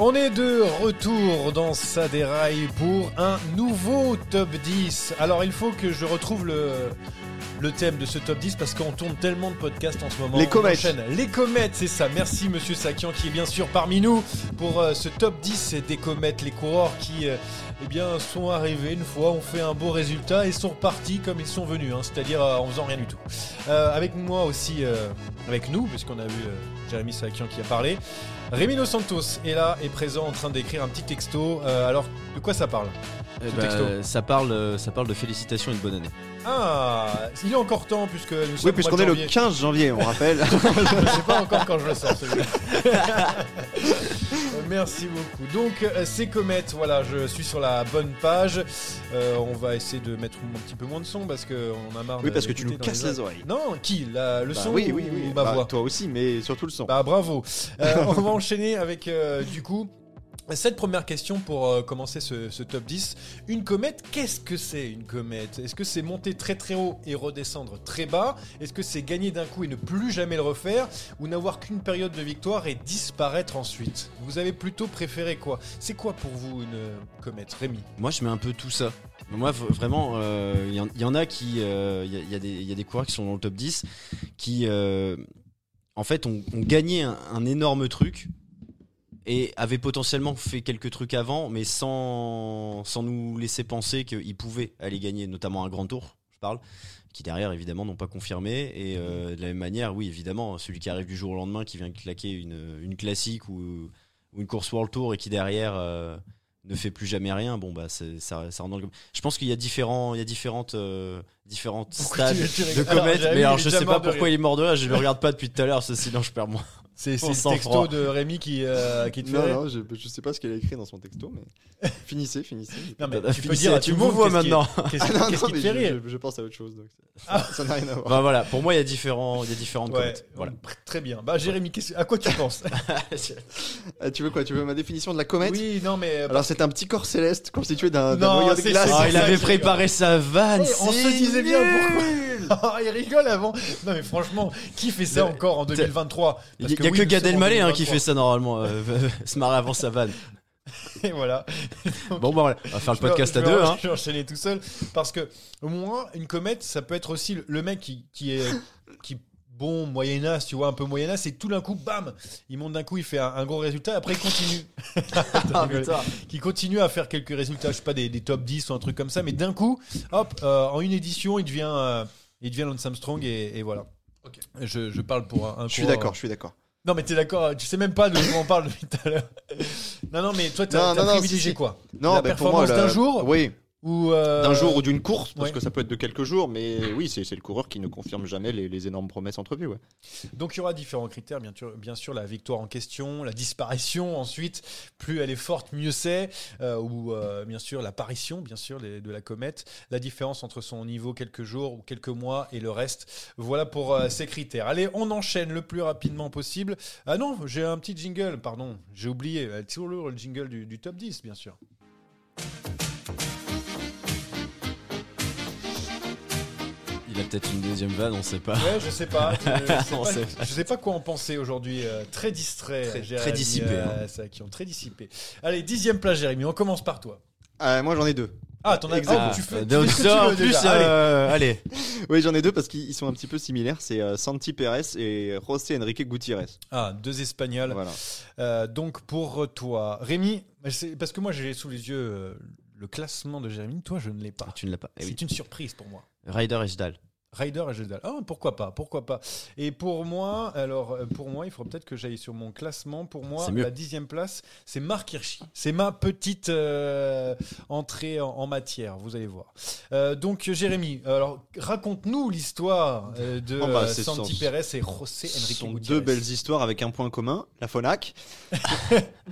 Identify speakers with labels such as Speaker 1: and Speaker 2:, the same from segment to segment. Speaker 1: On est de retour dans sa déraille pour un nouveau top 10. Alors il faut que je retrouve le, le thème de ce top 10 parce qu'on tourne tellement de podcasts en ce moment.
Speaker 2: Les
Speaker 1: On
Speaker 2: comètes.
Speaker 1: enchaîne. Les comètes, c'est ça. Merci monsieur Sakian qui est bien sûr parmi nous pour euh, ce top 10 des comètes, les coureurs qui euh, eh bien, sont arrivés une fois, ont fait un beau résultat et sont repartis comme ils sont venus, hein, c'est-à-dire euh, en faisant rien du tout. Euh, avec moi aussi, euh, avec nous, puisqu'on a vu euh, Jérémy Sakian qui a parlé. Rémi Dos Santos est là, est présent en train d'écrire un petit texto. Euh, alors, de quoi ça parle
Speaker 3: Eh
Speaker 1: Ce
Speaker 3: ben,
Speaker 1: texto.
Speaker 3: ça, parle, euh, ça parle de félicitations et de bonne année.
Speaker 1: Ah, il est encore temps puisque nous sommes
Speaker 2: Oui,
Speaker 1: au
Speaker 2: puisqu'on
Speaker 1: mois
Speaker 2: est
Speaker 1: de
Speaker 2: le
Speaker 1: janvier.
Speaker 2: 15 janvier, on rappelle.
Speaker 1: Je sais pas encore quand je le sors celui-là. Merci beaucoup. Donc euh, ces comètes, voilà, je suis sur la bonne page. Euh, on va essayer de mettre un petit peu moins de son parce qu'on a marre.
Speaker 2: oui,
Speaker 1: de-
Speaker 2: parce que tu
Speaker 1: d'écouter dans
Speaker 2: nous casses les oreilles.
Speaker 1: Non, qui La- Le
Speaker 2: Bah
Speaker 1: son
Speaker 2: oui, oui, oui.
Speaker 1: ou ma
Speaker 2: Bah,
Speaker 1: voix
Speaker 2: Toi aussi, mais surtout le son.
Speaker 1: Bah bravo. Euh, on va enchaîner avec euh, du coup cette première question pour euh, commencer ce, ce top 10. Une comète, qu'est-ce que c'est une comète Est-ce que c'est monter très très haut et redescendre très bas Est-ce que c'est gagner d'un coup et ne plus jamais le refaire Ou n'avoir qu'une période de victoire et disparaître ensuite Vous avez plutôt préféré quoi C'est quoi pour vous une euh, comète, Rémi
Speaker 3: Moi, je mets un peu tout ça. Moi, v- vraiment, euh, il y en- il y, en a qui. euh, Il y, a- il y a des- il y a des coureurs qui sont dans le top 10 qui, euh, en fait, ont, ont gagné un, un énorme truc et avaient potentiellement fait quelques trucs avant, mais sans, sans nous laisser penser qu'ils pouvaient aller gagner, notamment un grand tour, je parle, qui derrière, évidemment, n'ont pas confirmé. Et
Speaker 1: Mhm.
Speaker 3: euh, de la même manière, oui, évidemment, celui qui arrive du jour au lendemain, qui vient claquer une, une classique ou, ou une course World Tour et qui derrière. euh, ne fait plus jamais rien, bon bah c'est- ça, ça rend dans le- Je pense qu'il y a différents, il y a différentes, euh, différentes
Speaker 1: Pourquoi tu-
Speaker 3: stages
Speaker 1: tu
Speaker 3: de
Speaker 1: rigoles Alors,
Speaker 3: comètes.
Speaker 1: j'avais
Speaker 3: Mais alors
Speaker 1: mis
Speaker 3: je
Speaker 1: déjà
Speaker 3: sais
Speaker 1: mort
Speaker 3: pas
Speaker 1: de
Speaker 3: pourquoi
Speaker 1: rire.
Speaker 3: il est mort de là. Je le regarde pas depuis tout à l'heure. ça, Sinon je perds moi.
Speaker 1: C'est c'est
Speaker 3: On
Speaker 1: le
Speaker 3: s'en
Speaker 1: texto
Speaker 3: froid.
Speaker 1: de Rémi qui, euh, qui te
Speaker 2: non,
Speaker 1: fait.
Speaker 2: non, je, je sais pas ce qu'elle a écrit dans son texto, mais finissez, finissez.
Speaker 1: Non, mais
Speaker 3: T'as-
Speaker 1: tu peux
Speaker 3: finissez,
Speaker 1: dire à
Speaker 3: tu
Speaker 1: tout le
Speaker 3: me
Speaker 1: monde
Speaker 3: vois
Speaker 1: qu'est-ce qui-
Speaker 3: maintenant.
Speaker 1: Qu'est-ce
Speaker 2: Ah
Speaker 1: qu'est-ce
Speaker 2: non, non,
Speaker 1: qui te
Speaker 2: mais
Speaker 1: fait rire Ah.
Speaker 2: je, je- je pense à autre chose, donc ça- ça n'a rien à voir.
Speaker 3: Bah voilà. Pour moi il y a différents, il y a différentes
Speaker 1: Ouais,
Speaker 3: comètes. Voilà.
Speaker 1: on- Très bien. Bah Jérémy, qu'est-ce- à quoi tu penses
Speaker 2: Ah, tu veux quoi Tu veux ma définition de la comète
Speaker 1: Oui, non mais euh,
Speaker 2: Alors c'est un petit corps céleste constitué d'un d'un
Speaker 1: Non,
Speaker 2: noyau de
Speaker 1: c'est-
Speaker 2: glace.
Speaker 1: c'est-
Speaker 3: Ah,
Speaker 1: c'est
Speaker 3: il
Speaker 1: ça
Speaker 3: avait
Speaker 1: qui-
Speaker 3: préparé sa vanne.
Speaker 1: Eh, on se
Speaker 3: c'est
Speaker 1: disait bien
Speaker 3: nul.
Speaker 1: pourquoi. oh, il rigole avant. Non mais franchement, qui fait ça
Speaker 3: Mais-
Speaker 1: encore en 2023
Speaker 3: Il Euh, y a que, Gad Elmaleh hein, qui fait ça normalement. euh, se marrer avant sa vanne.
Speaker 1: Et voilà.
Speaker 3: Bon bah voilà. On va faire le
Speaker 1: Je vais-
Speaker 3: podcast
Speaker 1: je
Speaker 3: à
Speaker 1: vais-
Speaker 3: deux. hein.
Speaker 1: Je vais enchaîner tout seul parce que au moins une comète, ça peut être aussi le- le mec qui, qui est qui bon moyenasse, tu vois, un peu moyenasse, et tout d'un coup, bam, il monte d'un coup, il fait un, un gros résultat, après il continue.
Speaker 3: Ah,
Speaker 1: T'as rigolé. qui continue à faire quelques résultats, je sais pas, des, des top 10 ou un truc comme ça, mais d'un coup, hop, euh, en une édition, il devient, euh, il devient Lance Armstrong et, et voilà. Je, je parle pour un. un
Speaker 2: Je suis
Speaker 1: coureur.
Speaker 2: d'accord, je suis d'accord.
Speaker 1: Non, mais t'es d'accord, tu sais même pas de quoi on parle depuis tout à l'heure. Non, non, mais toi, t'as
Speaker 2: Non,
Speaker 1: t'as
Speaker 2: non, non,
Speaker 1: privilégié
Speaker 2: si, si.
Speaker 1: quoi
Speaker 2: Non,
Speaker 1: La
Speaker 2: bah, pour moi,
Speaker 1: performance d'un
Speaker 2: le-
Speaker 1: jour
Speaker 2: Oui,
Speaker 1: Ou, euh,
Speaker 2: D'un jour ou d'une course, parce
Speaker 1: ouais.
Speaker 2: que ça peut être de quelques jours, mais oui, c'est c'est le coureur qui ne confirme jamais les, les énormes promesses entrevues. Ouais.
Speaker 1: Donc il y aura différents critères, bien sûr, bien sûr la victoire en question, la disparition ensuite, plus elle est forte, mieux c'est, euh, ou euh, bien sûr l'apparition, bien sûr, les- de la comète, la différence entre son niveau quelques jours ou quelques mois et le reste. Voilà pour euh, ces critères. Allez, on enchaîne le plus rapidement possible. Ah non, j'ai un petit jingle, pardon, j'ai oublié, euh, toujours le jingle du, du top 10, bien sûr.
Speaker 3: Il a peut-être une deuxième vanne, on sait pas.
Speaker 1: Ouais, je sais pas. Je, je sais,
Speaker 3: On
Speaker 1: pas,
Speaker 3: sait
Speaker 1: je sais pas quoi en penser aujourd'hui. euh, très distrait,
Speaker 3: Très-
Speaker 1: Jérémy,
Speaker 3: très dissipé, hein.
Speaker 1: euh, ça, qui ont très dissipé. Allez, dixième place, Jérémy. On commence par toi.
Speaker 2: Euh, moi, j'en ai deux.
Speaker 1: Ah, t'en as.
Speaker 2: Exact.
Speaker 1: oh, tu fais.
Speaker 3: euh,
Speaker 1: tu fais
Speaker 3: donc
Speaker 1: ce que
Speaker 3: ça,
Speaker 1: tu
Speaker 3: en
Speaker 1: veux
Speaker 3: plus,
Speaker 1: déjà. Allez.
Speaker 3: euh, allez.
Speaker 2: Oui, j'en ai deux parce qu'ils sont un petit peu similaires. C'est euh, Santi Pérez et José Enrique Gutiérrez.
Speaker 1: Ah, deux Espagnols.
Speaker 2: Voilà.
Speaker 1: Euh, donc pour toi, Rémi, c'est- parce que moi j'ai sous les yeux euh, le classement de Jérémy. Toi, je ne l'ai pas.
Speaker 3: Tu ne l'as pas. Eh
Speaker 1: C'est
Speaker 3: oui.
Speaker 1: une surprise pour moi.
Speaker 3: Ryder et Sdal.
Speaker 1: Ryder et Jedal. Ah, pourquoi pas, pourquoi pas. Et pour moi, alors euh, pour moi, il faudrait peut-être que j'aille sur mon classement. Pour moi,
Speaker 3: C'est mieux.
Speaker 1: la dixième place, c'est Marc Hirschi. C'est ma petite euh, entrée en, en matière. Vous allez voir. Euh, donc Jérémy, alors raconte-nous l'histoire euh, de
Speaker 2: Oh, bah,
Speaker 1: euh,
Speaker 2: c'est
Speaker 1: Santi
Speaker 2: sans-
Speaker 1: Pérez et José
Speaker 2: Ce
Speaker 1: Enrique
Speaker 2: sont
Speaker 1: Gutiérrez.
Speaker 2: deux belles histoires avec un point commun, la Fonac.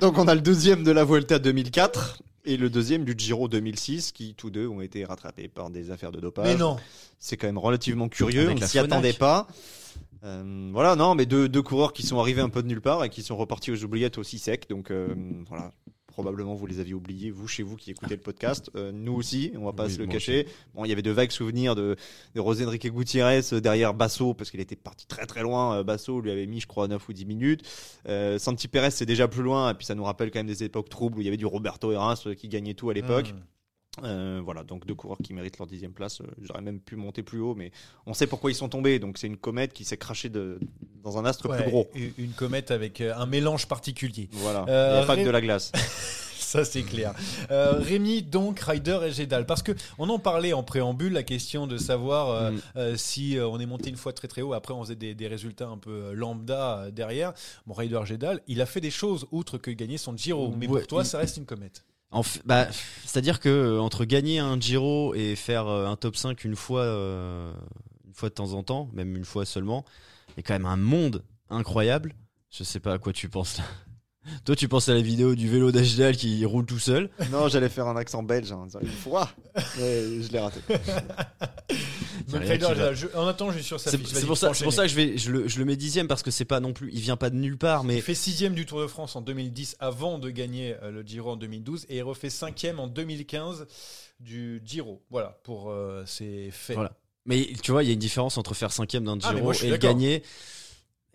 Speaker 2: Donc on a le deuxième de la Vuelta 2004 et le deuxième du Giro 2006 qui tous deux ont été rattrapés par des affaires de dopage.
Speaker 1: Mais non.
Speaker 2: C'est quand même relativement curieux,
Speaker 3: Avec
Speaker 2: on
Speaker 3: la
Speaker 2: s'y
Speaker 3: Fonac.
Speaker 2: attendait pas. Euh, voilà, non, mais deux, deux coureurs qui sont arrivés un peu de nulle part et qui sont repartis aux oubliettes aussi secs. Donc euh, voilà, probablement vous les aviez oubliés, vous chez vous qui écoutez le podcast, Euh, nous aussi, on va pas
Speaker 3: Oui,
Speaker 2: se le
Speaker 3: moi
Speaker 2: cacher. Bon, il y avait de vagues souvenirs de, de José Enrique Gutiérrez euh, derrière Basso, parce qu'il était parti très très loin. Euh, Basso lui avait mis, je crois, 9 ou 10 minutes. Euh, Santi Pérez, c'est déjà plus loin, et puis ça nous rappelle quand même des époques troubles où il y avait du Roberto Heras euh, qui gagnait tout à l'époque.
Speaker 1: Hum.
Speaker 2: Euh, voilà, donc deux coureurs qui méritent leur dixième place. Euh, J'aurais même pu monter plus haut, mais on sait pourquoi ils sont tombés. Donc c'est une comète qui s'est crachée de, dans un astre
Speaker 1: Ouais,
Speaker 2: plus gros.
Speaker 1: u- Une comète avec euh, un mélange particulier.
Speaker 2: Voilà,
Speaker 1: Euh,
Speaker 2: la fac
Speaker 1: Ré-
Speaker 2: de la glace.
Speaker 1: Ça, c'est clair. Euh, Rémi, donc, Ryder et Gédal. Parce que on en parlait en préambule, la question de savoir euh,
Speaker 3: Mm.
Speaker 1: euh, si euh, on est monté une fois très très haut, après on faisait des, des résultats un peu euh, lambda euh, derrière. Bon, Ryder Gédal, il a fait des choses outre que gagner son Giro. Mais
Speaker 3: Ouais,
Speaker 1: pour toi,
Speaker 3: il-
Speaker 1: ça reste une comète.
Speaker 3: En f- bah, c'est-à-dire que euh, entre gagner un Giro et faire euh, un top 5 une fois, euh, une fois de temps en temps, même une fois seulement, il y a quand même un monde incroyable. Je sais pas à quoi tu penses là. Toi, tu penses à la vidéo du vélo d'Ajdal qui roule tout seul.
Speaker 2: non, j'allais faire un accent belge. hein, en disant, une fois, mais je l'ai raté.
Speaker 1: Donc,
Speaker 3: rien
Speaker 1: Ryder
Speaker 3: qui va.
Speaker 1: Gédal, je- en attendant, je suis sur sa
Speaker 3: C'est
Speaker 1: fiche.
Speaker 3: c'est
Speaker 1: Vas-y,
Speaker 3: pour,
Speaker 1: je
Speaker 3: ça-
Speaker 1: peux
Speaker 3: c'est pour
Speaker 1: enchaîner.
Speaker 3: ça que je, vais, je, le, je le mets dixième parce que c'est pas non plus, il vient pas de nulle part, mais
Speaker 1: Il fait sixième du Tour de France en 2010 avant de gagner euh, le Giro en 2012 et il refait cinquième en 2015 du Giro. Voilà pour euh, ses faits.
Speaker 3: Voilà. Mais tu vois, il y a une différence entre faire cinquième d'un
Speaker 1: Ah,
Speaker 3: Giro
Speaker 1: mais moi, je suis
Speaker 3: et le
Speaker 1: d'accord.
Speaker 3: gagner.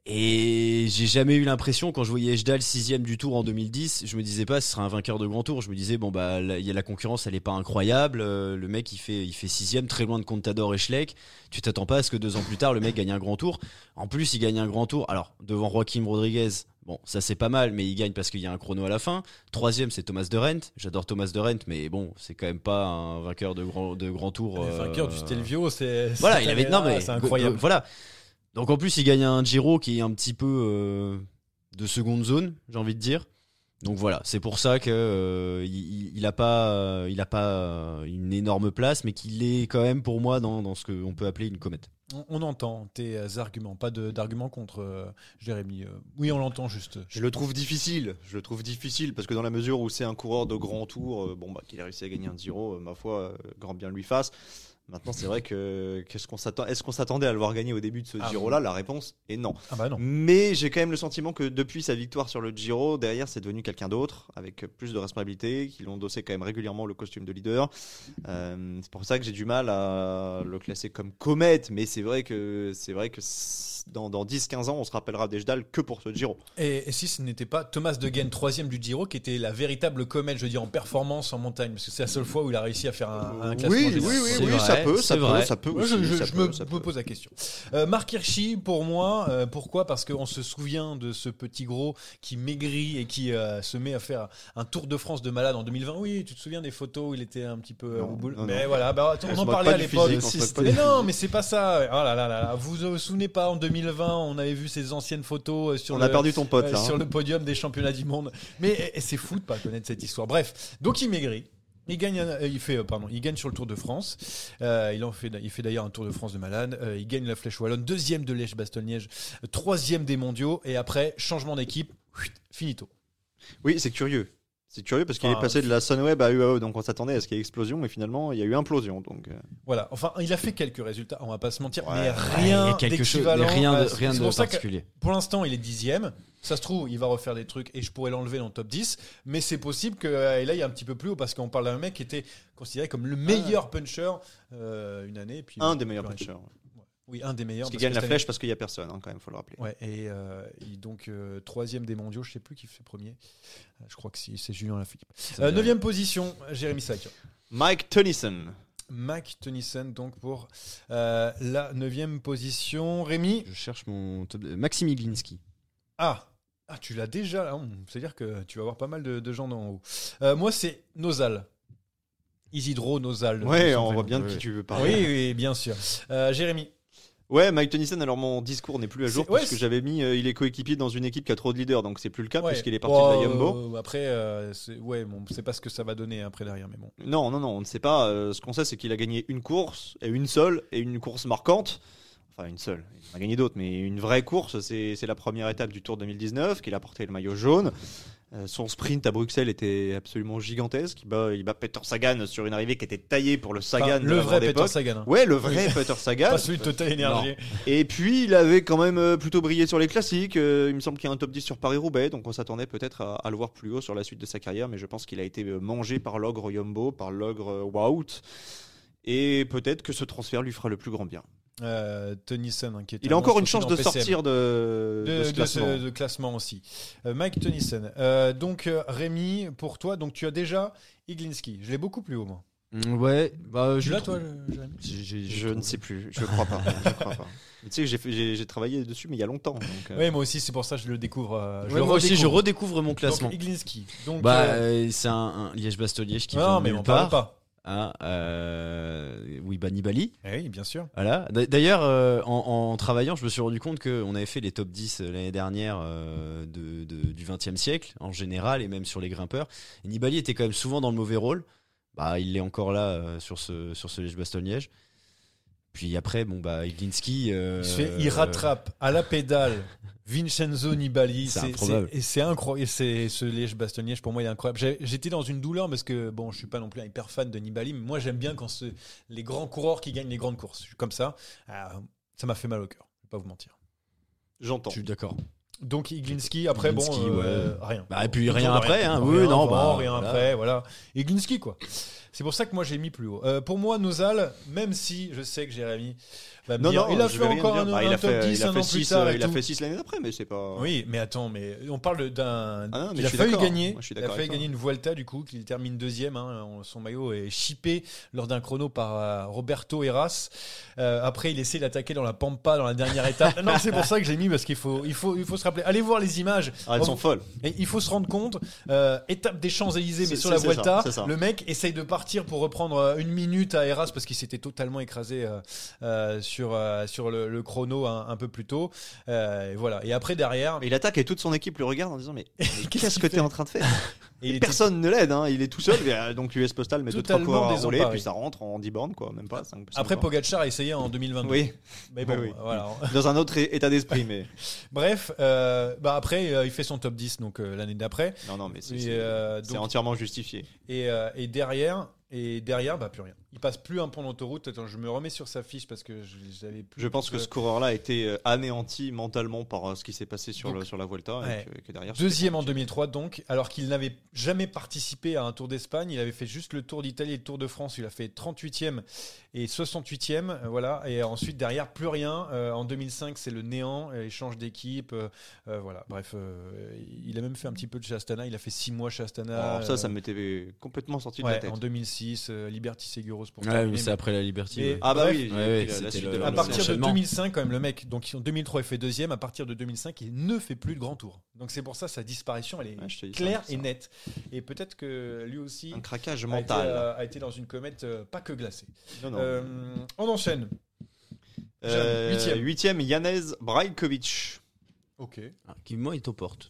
Speaker 3: Et j'ai jamais eu l'impression, quand je voyais Ejdal sixième du tour en 2010, je me disais pas ce sera un vainqueur de grand tour. Je me disais, bon, bah, la, il y a la concurrence, elle est pas incroyable. Euh, le mec, il fait, il fait sixième, très loin de Contador et Schleck. Tu t'attends pas à ce que deux ans plus tard, le mec gagne un grand tour. En plus, il gagne un grand tour. Alors, devant Joaquim Rodriguez, bon, ça c'est pas mal, mais il gagne parce qu'il y a un chrono à la fin. Troisième, c'est Thomas de Rent. J'adore Thomas de Rent, mais bon, c'est quand même pas un vainqueur de grand, de grand tour.
Speaker 1: Le vainqueur du
Speaker 3: euh,
Speaker 1: Stelvio, c'est.
Speaker 3: voilà,
Speaker 1: c'est
Speaker 3: il avait
Speaker 1: Herrera,
Speaker 3: non mais
Speaker 1: C'est incroyable.
Speaker 3: Voilà. Donc en plus, il gagne un Giro qui est un petit peu euh, de seconde zone, j'ai envie de dire. Donc voilà, c'est pour ça que euh, il il- il a pas, euh, il a pas euh, une énorme place, mais qu'il est quand même pour moi dans, dans ce qu'on peut appeler une comète.
Speaker 1: On, on entend tes euh, arguments, pas de- d'arguments contre euh, Jérémy. euh, Oui, on l'entend juste.
Speaker 2: Je le trouve difficile. Je le trouve difficile parce que dans la mesure où c'est un coureur de grand tour, euh, bon bah qu'il a réussi à gagner un Giro, euh, ma foi, euh, grand bien lui fasse. Maintenant, c'est vrai que qu'est-ce qu'on s'attend Est-ce qu'on s'attendait à le voir gagner au début de ce
Speaker 1: Ah,
Speaker 2: Giro-là La réponse est non.
Speaker 1: Ah bah non.
Speaker 2: Mais j'ai quand même le sentiment que depuis sa victoire sur le Giro, derrière c'est devenu quelqu'un d'autre, avec plus de responsabilité, qui l'ont dossé quand même régulièrement le costume de leader. Euh, c'est pour ça que j'ai du mal à le classer comme comète, mais c'est vrai que c'est vrai que c- dans, dans 10-15 ans, on se rappellera d'Ejdal que pour ce Giro.
Speaker 1: Et, et si ce n'était pas Thomas De Guen, troisième du Giro, qui était la véritable comète, je veux dire, en performance en montagne, parce que c'est la seule fois où il a réussi à faire un, un classement. général.
Speaker 3: oui, vrai, ça peut, ça peut, ça
Speaker 1: Moi, je, je- je me, me pose la question. Euh, Marc Hirschi, pour moi, euh, pourquoi Parce qu'on se souvient de ce petit gros qui maigrit et qui euh, se met à faire un Tour de France de malade en 2020. Oui, tu te souviens des photos où il était un petit peu euh,
Speaker 2: Non,
Speaker 1: au boule.
Speaker 2: non,
Speaker 1: mais
Speaker 2: non.
Speaker 1: voilà, bah, attends,
Speaker 2: On
Speaker 1: on
Speaker 2: se
Speaker 1: en
Speaker 2: moque
Speaker 1: parlait
Speaker 2: pas
Speaker 1: à
Speaker 2: du
Speaker 1: l'époque.
Speaker 2: physique, on se moque pas
Speaker 1: Mais
Speaker 2: du
Speaker 1: non,
Speaker 2: physique.
Speaker 1: mais c'est pas ça. Oh là là là là. Vous vous souvenez pas en 2020, on avait vu ces anciennes photos euh, sur
Speaker 2: On
Speaker 1: le
Speaker 2: a perdu ton pote
Speaker 1: euh,
Speaker 2: là.
Speaker 1: sur
Speaker 2: hein.
Speaker 1: eh, le podium des championnats du monde. Mais euh, c'est fou de pas connaître cette histoire. Bref, donc il maigrit. Il gagne, un- euh, il fait, euh, pardon, il gagne sur le Tour de France. Euh, il en fait, il fait d'ailleurs un Tour de France de malade. Euh, il gagne la Flèche wallonne, deuxième de lèche bastogne liège troisième des Mondiaux, et après changement d'équipe, huit, finito.
Speaker 2: Oui, c'est curieux. C'est curieux parce qu'il
Speaker 1: Enfin,
Speaker 2: est passé de la Sunweb à UAE, donc on s'attendait à ce qu'il y ait explosion, et finalement, il y a eu implosion. Donc, euh,
Speaker 1: Voilà. Enfin, il a fait quelques résultats. On va pas se mentir,
Speaker 2: Ouais.
Speaker 1: mais
Speaker 3: Ouais, Ah, il y a
Speaker 1: rien
Speaker 3: quelque chose,
Speaker 1: d'équivalent
Speaker 3: rien
Speaker 1: à-
Speaker 3: de, rien
Speaker 1: C'est
Speaker 3: de
Speaker 1: pour ça que-
Speaker 3: particulier.
Speaker 1: Pour l'instant, il est dixième. Ça se trouve, il va refaire des trucs et je pourrais l'enlever dans le top 10. Mais c'est possible que euh, là, il y a un petit peu plus haut parce qu'on parle d'un mec qui était considéré comme le meilleur puncher euh, une année. et Puis,
Speaker 2: Ah. un des meilleurs
Speaker 1: Ouais.
Speaker 2: punchers.
Speaker 1: Oui, un des meilleurs.
Speaker 2: Parce qu'il
Speaker 1: parce
Speaker 2: gagne
Speaker 1: que
Speaker 2: la
Speaker 1: cette
Speaker 2: flèche parce qu'il n'y a personne, hein, quand même, faut le rappeler.
Speaker 1: Ouais, et euh, il- donc euh, troisième des mondiaux, je sais plus qui fait premier. Euh, Je crois que si, c'est Julien Lafilippe.
Speaker 3: Ça me
Speaker 1: Euh,
Speaker 3: dit
Speaker 1: neuvième position, Jérémy Sack.
Speaker 2: Mike Tennyson.
Speaker 1: Mac Tennyson, donc pour euh, la neuvième position. Rémi
Speaker 3: rien. Je cherche mon top. euh, Maxime Iglinski.
Speaker 1: Ah ah, tu l'as déjà. hein. C'est-à-dire que tu vas avoir pas mal de, de gens en haut. Euh, moi, c'est Nozal. Isidro Nozal.
Speaker 2: Ouais,
Speaker 1: Nous
Speaker 2: on
Speaker 1: sommes-
Speaker 2: voit bien de
Speaker 3: ouais.
Speaker 2: qui tu veux
Speaker 1: Oui,
Speaker 2: parler.
Speaker 1: oui, bien sûr. Euh, Jérémy.
Speaker 2: Ouais, Mike Tennyson, alors mon discours n'est plus à jour
Speaker 1: C'est- ouais,
Speaker 2: parce que
Speaker 1: c'est-
Speaker 2: j'avais mis euh, il est coéquipier dans une équipe qui a trop de leaders, donc c'est plus le cas
Speaker 1: Ouais.
Speaker 2: puisqu'il est parti
Speaker 1: Bon,
Speaker 2: de la Yumbo.
Speaker 1: euh, après, euh, c'est- ouais, bon, on sait pas ce que ça va donner hein, après derrière, mais bon.
Speaker 2: Non, non, non, on ne sait pas. euh, ce qu'on sait, c'est qu'il a gagné une course, et une seule, et une course marquante. Enfin, une seule. Il en a gagné d'autres, mais une vraie course, c'est c'est la première étape du Tour 2019, qu'il a porté le maillot jaune. Euh, son sprint à Bruxelles était absolument gigantesque. Il bat, il bat Peter Sagan sur une arrivée qui était taillée pour le Sagan.
Speaker 1: Enfin,
Speaker 2: de
Speaker 1: le
Speaker 2: la
Speaker 1: vrai
Speaker 2: grande
Speaker 1: Peter
Speaker 2: époque.
Speaker 1: Sagan. hein.
Speaker 2: Ouais, le vrai Peter Sagan.
Speaker 1: Pas celui de Total Energy.
Speaker 2: Et puis, il avait quand même euh, plutôt brillé sur les classiques. Euh, il me semble qu'il y a un top 10 sur Paris-Roubaix, donc on s'attendait peut-être à, à le voir plus haut sur la suite de sa carrière, mais je pense qu'il a été euh, mangé par l'ogre Yombo, par l'ogre euh, Wout. Et peut-être que ce transfert lui fera le plus grand bien.
Speaker 1: Euh, Tennyson, hein, qui est
Speaker 2: Il a
Speaker 1: un
Speaker 2: encore
Speaker 1: monstre
Speaker 2: une chance
Speaker 1: aussi
Speaker 2: de
Speaker 1: dans PCM.
Speaker 2: sortir euh, de, de
Speaker 1: de, de
Speaker 2: ce
Speaker 1: ce-
Speaker 2: classement.
Speaker 1: de classement aussi. Euh, Mike Tennyson. Euh, donc euh, Rémi, pour toi, donc tu as déjà Iglinski. Je l'ai beaucoup plus haut moi.
Speaker 3: Mm, Ouais, bah,
Speaker 1: Tu
Speaker 3: je
Speaker 1: l'as
Speaker 3: le
Speaker 1: toi,
Speaker 3: trouve.
Speaker 1: le- Jérémy
Speaker 3: J'ai- j'ai- j'ai
Speaker 2: Je ne
Speaker 3: trouvé.
Speaker 2: sais plus, je crois pas. je crois pas. Mais Tu sais que j'ai fait- j'ai j'ai travaillé dessus, mais il y a longtemps. donc, euh,
Speaker 1: Oui, moi aussi, c'est pour ça que je le découvre. euh, je
Speaker 3: Ouais,
Speaker 1: le
Speaker 3: moi aussi, je
Speaker 1: redécouvre.
Speaker 3: redécouvre mon classement.
Speaker 1: Donc Iglinski. Donc,
Speaker 3: bah,
Speaker 1: euh,
Speaker 3: euh, c'est un, un Liège-Bastogne-Liège qui vient
Speaker 1: non,
Speaker 3: de
Speaker 1: mais
Speaker 3: nulle
Speaker 1: on parle
Speaker 3: part.
Speaker 1: pas.
Speaker 3: hein, euh, oui, bah, Nibali.
Speaker 1: Eh oui, bien sûr.
Speaker 3: Voilà. D- D'ailleurs, euh, en, en travaillant, je me suis rendu compte qu'on avait fait les top 10 l'année dernière euh, de, de- du 20 e siècle, en général, et même sur les grimpeurs. Et Nibali était quand même souvent dans le mauvais rôle. Bah, il est encore là euh, sur ce, sur ce Liège-Bastogne-Liège. Puis après, bon, bah, Iglinski. euh,
Speaker 1: Il, se fait- il rattrape à la pédale Vincenzo Nibali.
Speaker 3: C'est
Speaker 1: C'est
Speaker 3: improbable.
Speaker 1: c'est- et c'est incroyable. C'est ce liège bastogne pour moi, il est incroyable. J'ai- J'étais dans une douleur parce que bon, je suis pas non plus un hyper fan de Nibali, mais moi j'aime bien quand ce- les grands coureurs qui gagnent les grandes courses. Je suis comme ça. Ah, ça m'a fait mal au cœur. Je vais pas vous mentir.
Speaker 2: J'entends.
Speaker 3: Je suis d'accord.
Speaker 1: Donc Iglinski, après
Speaker 3: Iglinski,
Speaker 1: bon, euh, rien.
Speaker 3: Bah, et puis
Speaker 1: Toujours
Speaker 3: rien
Speaker 1: de
Speaker 3: après, hein. Oui,
Speaker 1: Rien
Speaker 3: non,
Speaker 1: avant,
Speaker 3: bah,
Speaker 1: rien
Speaker 3: voilà.
Speaker 1: après, voilà. Iglinski quoi. C'est pour ça que moi j'ai mis plus haut. Euh, pour moi, Nozal, même si je sais que Jérémy va me
Speaker 2: Non,
Speaker 1: dire,
Speaker 2: non,
Speaker 1: il a
Speaker 2: je
Speaker 1: fait
Speaker 2: vais rien
Speaker 1: encore
Speaker 2: dire.
Speaker 1: un,
Speaker 2: Bah,
Speaker 1: un
Speaker 2: il a
Speaker 1: top
Speaker 2: fait-
Speaker 1: 10
Speaker 2: il a
Speaker 1: un
Speaker 2: fait
Speaker 1: an plus
Speaker 2: six,
Speaker 1: tard
Speaker 2: euh,
Speaker 1: et
Speaker 2: il a
Speaker 1: tout.
Speaker 2: fait 6 l'année d'après, mais c'est pas.
Speaker 1: Oui, mais attends, mais on parle d'un.
Speaker 2: Ah non, mais
Speaker 1: il
Speaker 2: je
Speaker 1: a
Speaker 2: suis
Speaker 1: failli
Speaker 2: d'accord.
Speaker 1: gagner.
Speaker 2: Moi, je suis
Speaker 1: il a
Speaker 2: d'accord
Speaker 1: failli
Speaker 2: avec
Speaker 1: gagner une Vuelta du coup, qu'il termine deuxième. hein. On- Son maillot est chippé lors d'un chrono par euh, Roberto Heras. Euh, après, il essaie d'attaquer dans la Pampa dans la dernière étape. non, c'est pour ça que j'ai mis parce qu'il faut, il faut, il faut se rappeler. Allez voir les images.
Speaker 2: Ah, elles
Speaker 1: On-
Speaker 2: sont folles.
Speaker 1: et il faut se rendre compte, euh, étape des Champs-Élysées, mais
Speaker 2: C'est-
Speaker 1: sur la
Speaker 2: c'est- c'est ça,
Speaker 1: Vuelta,
Speaker 2: c'est ça.
Speaker 1: le mec essaye de partir pour reprendre euh, une minute à Eras parce qu'il s'était totalement écrasé euh, euh, sur, euh, sur le, le chrono un, un peu plus tôt. Euh, et voilà. Et après, derrière,
Speaker 2: Il attaque et toute son équipe le regarde en disant Mais, mais qu'est-ce
Speaker 1: qu'il
Speaker 2: que t'es
Speaker 1: fait
Speaker 2: en train de faire
Speaker 1: et il était
Speaker 2: Personne ne l'aide, hein, il est tout seul. mais, euh, Donc US Postal met deux trois
Speaker 1: Totalement
Speaker 2: coureurs à rouler,
Speaker 1: désemparé.
Speaker 2: puis ça rentre en 10 bornes, quoi, même pas. cinq- cinq
Speaker 1: Après,
Speaker 2: bornes.
Speaker 1: Pogachar a essayé en 2022.
Speaker 2: Oui,
Speaker 1: Mais bon,
Speaker 2: Oui, oui.
Speaker 1: voilà.
Speaker 2: dans un autre é- état d'esprit, mais
Speaker 1: Bref, euh, bah après, euh, il fait son top 10 donc euh, l'année d'après.
Speaker 2: non, non, mais c'est
Speaker 1: Et,
Speaker 2: c'est-
Speaker 1: euh,
Speaker 2: c'est
Speaker 1: donc-
Speaker 2: entièrement justifié.
Speaker 1: Et, euh, et derrière, et derrière, bah plus rien. Il passe plus un pont d'autoroute. Attends, je me remets sur sa fiche parce que je- j'avais plus.
Speaker 2: Je pense que ce coureur-là a été euh, anéanti mentalement par euh, ce qui s'est passé sur,
Speaker 1: Donc,
Speaker 2: le- sur la Vuelta.
Speaker 1: ouais.
Speaker 2: Et que, que derrière,
Speaker 1: Deuxième en 2003 donc, alors qu'il n'avait jamais participé à un Tour d'Espagne, il avait fait juste le Tour d'Italie et le Tour de France, il a fait 38e et 68e, euh, voilà, et ensuite derrière plus rien, Euh, en 2005 c'est le néant, euh, échange d'équipe, euh, euh, voilà, bref, euh, il a même fait un petit peu de chez Astana, il a fait 6 mois chez Astana,
Speaker 2: Alors Oh, ça, ça
Speaker 1: euh,
Speaker 2: m'était complètement sorti de
Speaker 1: ouais,
Speaker 2: la tête.
Speaker 1: en 2006, euh, Liberty Seguros pour
Speaker 3: Ouais,
Speaker 1: terminer,
Speaker 3: mais c'est
Speaker 1: mais-
Speaker 3: après la Liberty.
Speaker 1: Mais-
Speaker 3: ouais.
Speaker 2: Ah bah
Speaker 1: Bref.
Speaker 2: oui, j'ai
Speaker 3: Ouais, ouais,
Speaker 2: pris la, la
Speaker 3: c'était
Speaker 2: suite
Speaker 3: le-
Speaker 2: de la-
Speaker 1: à
Speaker 3: le-
Speaker 1: partir de
Speaker 3: l'enchaînement.
Speaker 1: 2005 quand même le mec, donc en 2003 il fait deuxième, à partir de 2005 il ne fait plus de grand tour, donc c'est pour ça sa disparition elle est
Speaker 2: Ouais, je te dis ça,
Speaker 1: clair
Speaker 2: ça.
Speaker 1: et net. Et peut-être que lui aussi
Speaker 2: Un craquage
Speaker 1: a été,
Speaker 2: mental.
Speaker 1: euh, a été dans une comète euh, pas que glacée.
Speaker 2: Non, non.
Speaker 1: Euh, on enchaîne.
Speaker 2: Euh,
Speaker 1: Jeanne, huitième.
Speaker 2: huitième, Janez Brajkovic.
Speaker 1: Ok.
Speaker 3: Ah, qui, moi, est aux portes.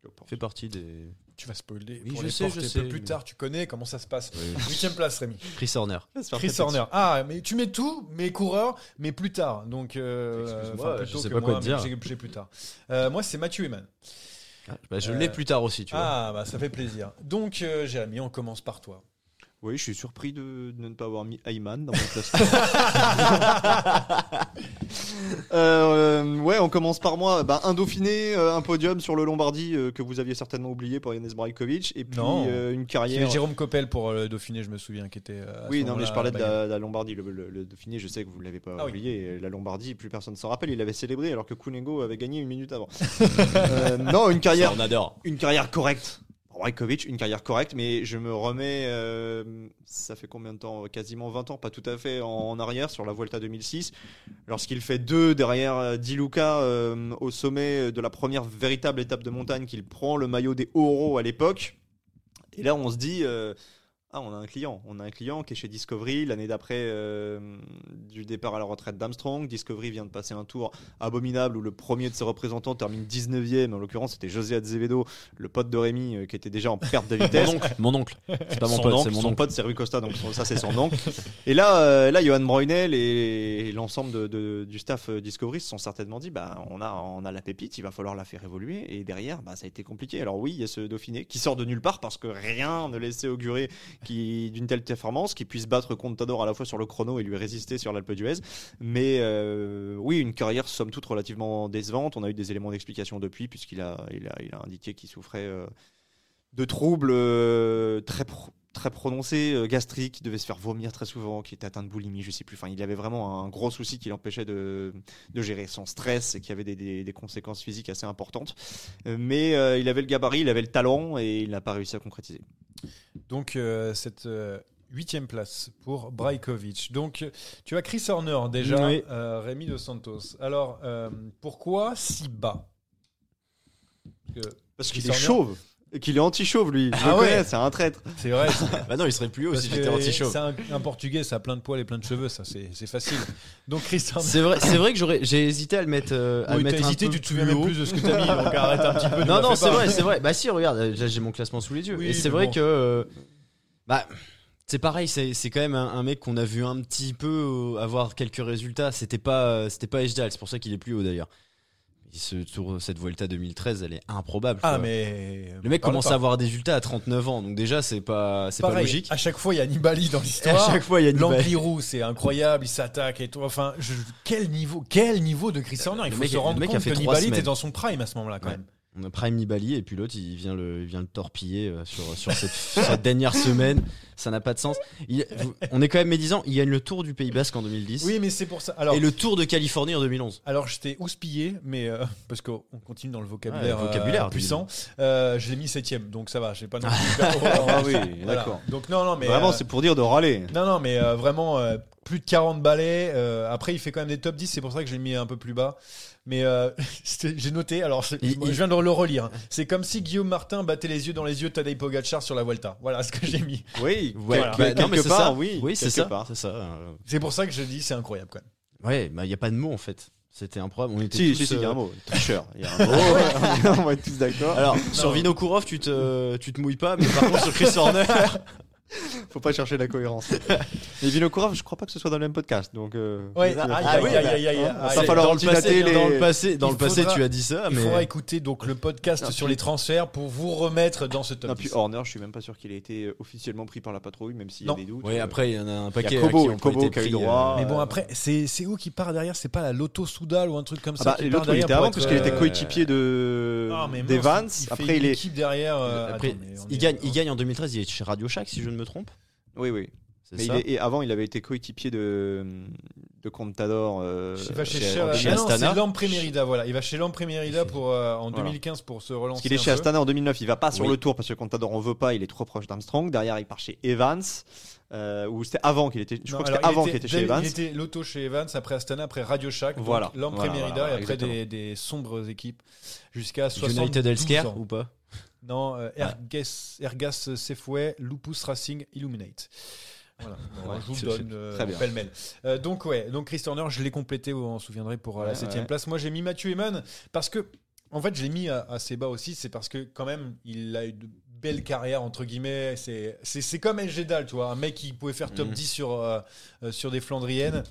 Speaker 2: Je pense.
Speaker 3: fait partie des.
Speaker 1: Tu vas spoiler
Speaker 3: Oui,
Speaker 1: pour
Speaker 3: je
Speaker 1: les
Speaker 3: sais,
Speaker 1: porter
Speaker 3: je sais.
Speaker 1: un peu plus tard. Tu connais comment ça se passe.
Speaker 3: Oui.
Speaker 1: Huitième place, Rémi.
Speaker 3: Chris Horner.
Speaker 1: Chris Horner. Ah, mais tu mets tout, mais coureurs, mais plus tard. Donc, euh,
Speaker 3: Excuse-moi,
Speaker 1: enfin, plutôt
Speaker 3: je sais
Speaker 1: que
Speaker 3: pas quoi
Speaker 1: moi,
Speaker 3: te
Speaker 1: mais
Speaker 3: dire.
Speaker 1: J'ai j'ai plus tard. Euh, moi, c'est Mathieu Eman.
Speaker 3: Ah, bah, je
Speaker 1: Euh,
Speaker 3: l'ai plus tard aussi, tu vois.
Speaker 1: Ah, bah ça fait plaisir. Donc, euh, Jérémy, on commence par toi.
Speaker 2: Oui, je suis surpris de, de ne pas avoir mis Ayman dans mon classement. Euh, ouais, on commence par moi. Bah, un Dauphiné, euh, un podium sur le Lombardie euh, que vous aviez certainement oublié pour Yannis Brajkovic, et puis
Speaker 1: Non.
Speaker 2: euh, une
Speaker 1: C'est
Speaker 2: carrière.
Speaker 1: Jérôme Coppel pour euh, le Dauphiné, je me souviens, qui était. euh, à
Speaker 2: Oui,
Speaker 1: ce
Speaker 2: non,
Speaker 1: moment-là
Speaker 2: mais je parlais de
Speaker 1: à Bayern.
Speaker 2: la, la Lombardie. Le, le- le Dauphiné, je sais que vous ne l'avez pas
Speaker 1: Ah oui.
Speaker 2: oublié. La Lombardie, plus personne s'en rappelle. Il avait célébré alors que Kunengo avait gagné une minute avant. Euh, non, une
Speaker 3: Ça,
Speaker 2: carrière
Speaker 3: on adore.
Speaker 2: une carrière correcte. Brajkovic, une carrière correcte, mais je me remets, euh, ça fait combien de temps Quasiment 20 ans, pas tout à fait, en, en arrière sur la Vuelta 2006. Lorsqu'il fait deux derrière euh, Di Luca euh, au sommet de la première véritable étape de montagne, qu'il prend le maillot des Oro à l'époque. Et là, on se dit, euh, ah, on a un client. On a un client qui est chez Discovery l'année d'après euh, du départ à la retraite d'Armstrong. Discovery vient de passer un tour abominable où le premier de ses représentants termine 19e. En l'occurrence, c'était José Azevedo, le pote de Rémi, euh, qui était déjà en perte de vitesse.
Speaker 3: Mon oncle. Mon oncle. C'est pas mon
Speaker 2: Son
Speaker 3: pote,
Speaker 2: oncle,
Speaker 3: c'est mon
Speaker 2: son
Speaker 3: oncle.
Speaker 2: pote, c'est Rui Costa, donc son- ça c'est son oncle. Et là, euh, là, Johan Bruynel et, et l'ensemble de- de- du staff euh, Discovery se sont certainement dit, bah, on a, on a la pépite, il va falloir la faire évoluer. Et derrière, bah, ça a été compliqué. Alors oui, il y a ce Dauphiné qui sort de nulle part parce que rien ne laissait augurer qui d'une telle performance, qui puisse battre Contador à la fois sur le chrono et lui résister sur l'Alpe d'Huez. Mais euh, oui, une carrière somme toute relativement décevante. On a eu des éléments d'explication depuis, puisqu'il a, il a, il a indiqué qu'il souffrait euh, de troubles euh, très, pro- très prononcés, euh, gastriques, qui devait se faire vomir très souvent, qui était atteint de boulimie, je sais plus. Enfin, il avait vraiment un gros souci qui l'empêchait de, de gérer son stress et qui avait des, des- des conséquences physiques assez importantes. Euh, Mais euh, il avait le gabarit, il avait le talent et il n'a pas réussi à concrétiser.
Speaker 1: Donc, euh, cette euh, huitième place pour Brajkovic. Donc, euh, tu as Chris Horner déjà,
Speaker 3: Oui.
Speaker 1: euh, Rémi Dos Santos. Alors, euh, pourquoi si bas Parce que
Speaker 2: Parce
Speaker 1: qu'il
Speaker 2: qu'il
Speaker 1: est
Speaker 2: est chauve. et Qu'il est anti-chauve, lui. Je
Speaker 1: Ah
Speaker 2: le
Speaker 1: ouais.
Speaker 2: connais, c'est un traître.
Speaker 1: C'est vrai,
Speaker 3: Bah non, il serait plus haut
Speaker 1: parce
Speaker 3: si j'étais
Speaker 1: que
Speaker 3: anti-chauve.
Speaker 1: c'est un, un portugais, ça a plein de poils et plein de cheveux, ça c'est c'est facile. Donc, Chris Horner.
Speaker 3: C'est vrai, c'est vrai que j'aurais, j'ai hésité à le mettre. euh, à
Speaker 1: Oui,
Speaker 3: le mettre
Speaker 1: t'as
Speaker 3: un
Speaker 1: hésité,
Speaker 3: peu
Speaker 1: tu te souviens même
Speaker 3: haut.
Speaker 1: plus de ce que t'as mis, donc arrête un petit peu. ne
Speaker 3: Non,
Speaker 1: la
Speaker 3: non,
Speaker 1: fais
Speaker 3: c'est
Speaker 1: pas.
Speaker 3: vrai, c'est vrai. Bah si, regarde, euh, là, j'ai mon classement sous les yeux.
Speaker 1: Oui,
Speaker 3: Et c'est
Speaker 1: mais
Speaker 3: vrai
Speaker 1: bon.
Speaker 3: que. euh, Bah. C'est pareil, c'est c'est quand même un, un mec qu'on a vu un petit peu euh, avoir quelques résultats. C'était pas, euh, c'était pas Ejdal, c'est pour ça qu'il est plus haut d'ailleurs. Et Ce tour, cette Vuelta 2013, elle est improbable.
Speaker 1: Ah,
Speaker 3: quoi.
Speaker 1: mais.
Speaker 3: Le mec
Speaker 1: parle
Speaker 3: commence
Speaker 1: pas.
Speaker 3: à avoir des résultats à 39 ans, donc déjà c'est pas, c'est pas
Speaker 1: Pareil,
Speaker 3: logique.
Speaker 1: À chaque fois, il y a Nibali dans
Speaker 3: Et à
Speaker 1: l'histoire.
Speaker 3: chaque fois, il y a une balle.
Speaker 1: L'Angliru, c'est incroyable, il s'attaque et tout. Enfin, je- quel niveau, quel niveau de Chris Horner Il
Speaker 3: le
Speaker 1: faut
Speaker 3: mec
Speaker 1: se
Speaker 3: a- le
Speaker 1: rendre
Speaker 3: mec a
Speaker 1: compte
Speaker 3: fait
Speaker 1: que
Speaker 3: trois
Speaker 1: Nibali était
Speaker 3: semaines.
Speaker 1: dans son prime à ce moment-là, quand
Speaker 3: Ouais.
Speaker 1: même.
Speaker 3: On a Prime Nibali et puis l'autre il vient le, il vient le torpiller euh, sur, sur cette, cette dernière semaine. Ça n'a pas de sens. Il- vous- on est quand même médisant. Il gagne le Tour du Pays Basque en 2010
Speaker 1: Oui, mais c'est pour ça. Alors,
Speaker 3: et le Tour de Californie en 2011.
Speaker 1: alors j'étais houspillé, mais euh, parce qu'on continue dans le vocabulaire,
Speaker 3: Ouais, vocabulaire,
Speaker 1: euh, puissant. Euh, je l'ai mis septième, donc ça va. J'ai pas non plus hyper-
Speaker 2: Ah oui,
Speaker 1: Voilà.
Speaker 2: d'accord.
Speaker 1: Donc non, non, mais
Speaker 2: Vraiment,
Speaker 1: euh,
Speaker 2: c'est pour dire de râler.
Speaker 1: Non, non, mais euh, vraiment, euh, plus de 40 balais. euh, après, il fait quand même des top 10, c'est pour ça que je l'ai mis un peu plus bas. Mais euh, c'était- j'ai noté, alors c'est-
Speaker 3: Il-
Speaker 1: moi, je
Speaker 3: il-
Speaker 1: viens de le relire. C'est comme si Guillaume Martin battait les yeux dans les yeux de Tadej Pogacar sur la Vuelta. Voilà ce que j'ai mis.
Speaker 2: Oui,
Speaker 3: Voilà.
Speaker 2: quelque,
Speaker 3: Bah, non, mais
Speaker 2: quelque
Speaker 3: c'est
Speaker 2: part,
Speaker 3: ça.
Speaker 2: oui.
Speaker 3: c'est
Speaker 2: quelque
Speaker 3: ça.
Speaker 2: part.
Speaker 3: C'est ça. euh,
Speaker 1: C'est pour ça que je dis, c'est incroyable quand même.
Speaker 3: Ouais, bah il y a pas de mot en fait. C'était improbable. On était
Speaker 2: Si,
Speaker 3: tous,
Speaker 2: si, si, il y a
Speaker 3: euh,
Speaker 2: un mot. Tricheur. Il y a un mot. On va être tous d'accord.
Speaker 3: Alors sur Vinokourov, tu te, tu te mouilles pas, mais par contre sur Chris Horner,
Speaker 2: Faut pas chercher la cohérence. Mais Vinokourov, je crois pas que ce soit dans le même podcast, donc. euh,
Speaker 1: Ouais,
Speaker 2: vous-
Speaker 1: aïe,
Speaker 2: vous-
Speaker 3: Ah
Speaker 1: aïe,
Speaker 2: ouais,
Speaker 1: aïe, aïe, aïe,
Speaker 2: hein,
Speaker 1: aïe.
Speaker 2: va falloir
Speaker 3: dans le passé,
Speaker 2: antidater les.
Speaker 3: dans le passé, dans
Speaker 1: Il
Speaker 3: le passé,
Speaker 1: faudra-
Speaker 3: tu as dit ça,
Speaker 1: Il
Speaker 3: Ah, mais
Speaker 1: faudra écouter donc le podcast
Speaker 2: Non,
Speaker 1: sur
Speaker 2: puis-
Speaker 1: les transferts pour vous remettre dans ce top
Speaker 2: Non,
Speaker 1: 10.
Speaker 2: puis oh. Horner, je suis même pas sûr qu'il ait été officiellement pris par la patrouille, même s'il y a
Speaker 1: Non.
Speaker 2: des doutes.
Speaker 3: Ouais,
Speaker 2: Euh,
Speaker 3: après il y en a un paquet
Speaker 2: Kobo,
Speaker 3: à qui ont pas
Speaker 2: Kobo
Speaker 3: été
Speaker 2: qui a eu
Speaker 3: pris,
Speaker 2: droit.
Speaker 1: mais bon,
Speaker 2: euh,
Speaker 1: après, c'est c'est où qui part derrière C'est pas la Lotto Soudal ou un truc comme
Speaker 2: Ah
Speaker 1: ça
Speaker 2: bah,
Speaker 1: qui
Speaker 2: et
Speaker 1: part
Speaker 2: l'autre, il
Speaker 1: derrière
Speaker 2: était
Speaker 1: pour
Speaker 2: avant,
Speaker 1: être,
Speaker 2: parce qu'il était
Speaker 1: euh,
Speaker 2: coéquipier de.
Speaker 1: ah, mais
Speaker 2: des
Speaker 1: mince,
Speaker 2: Vans.
Speaker 1: il fait
Speaker 2: Après,
Speaker 1: une
Speaker 2: il est.
Speaker 1: équipe derrière. euh,
Speaker 3: Après,
Speaker 1: attends, mais on est-
Speaker 3: il gagne, il gagne en 2013. Il est chez Radio Shack, si je ne me trompe.
Speaker 2: Oui, oui.
Speaker 3: C'est
Speaker 2: Mais
Speaker 3: ça.
Speaker 2: il est- et avant, il avait été coéquipier de. de Contador. euh,
Speaker 1: Il va chez,
Speaker 3: chez-
Speaker 1: chez- ah
Speaker 3: chez
Speaker 1: non,
Speaker 3: Astana.
Speaker 1: c'est Lampre Merida, voilà. Il va chez Lampre Merida pour, euh, en
Speaker 2: Voilà.
Speaker 1: 2015 pour se relancer.
Speaker 2: Parce qu'il est
Speaker 1: un
Speaker 2: chez
Speaker 1: peu.
Speaker 2: Astana en 2009, il va pas sur
Speaker 3: Oui.
Speaker 2: le tour parce que Contador on veut pas, il est trop proche d'Armstrong. Derrière, il part chez Evans, euh, ou c'était avant qu'il était. Je
Speaker 1: Non,
Speaker 2: crois que
Speaker 1: alors,
Speaker 2: c'était
Speaker 1: il
Speaker 2: avant
Speaker 1: était-
Speaker 2: qu'il était chez
Speaker 1: il
Speaker 2: Evans.
Speaker 1: était l'auto chez Evans, après Astana, après Radio Shack. donc
Speaker 2: Voilà.
Speaker 1: Lampre
Speaker 2: Voilà,
Speaker 1: Merida
Speaker 2: voilà,
Speaker 1: et après
Speaker 2: exactement.
Speaker 1: des, des sombres équipes jusqu'à 72
Speaker 3: United Healthcare
Speaker 1: ans.
Speaker 3: ou pas
Speaker 1: Non, euh, Ergas, Ergas Sefouet, Lupus Racing, Illuminate. Voilà, Bon,
Speaker 3: Ouais,
Speaker 1: je vous
Speaker 3: c'est-
Speaker 1: le donne
Speaker 3: c'est
Speaker 1: euh,
Speaker 2: très bien.
Speaker 1: pêle-mêle. Euh, donc, ouais, donc Chris Turner, je l'ai complété, vous en souviendrez pour euh, la
Speaker 2: Ouais,
Speaker 1: septième
Speaker 2: ouais.
Speaker 1: place. Moi, j'ai mis Mathieu Eman parce que. En fait, je l'ai mis à- assez bas aussi, c'est parce que quand même, il a une belle carrière, entre guillemets. C'est- C'est c'est comme El Jedal, tu vois, un mec qui pouvait faire top
Speaker 3: Mhm.
Speaker 1: 10 sur, euh, euh, sur des Flandriennes.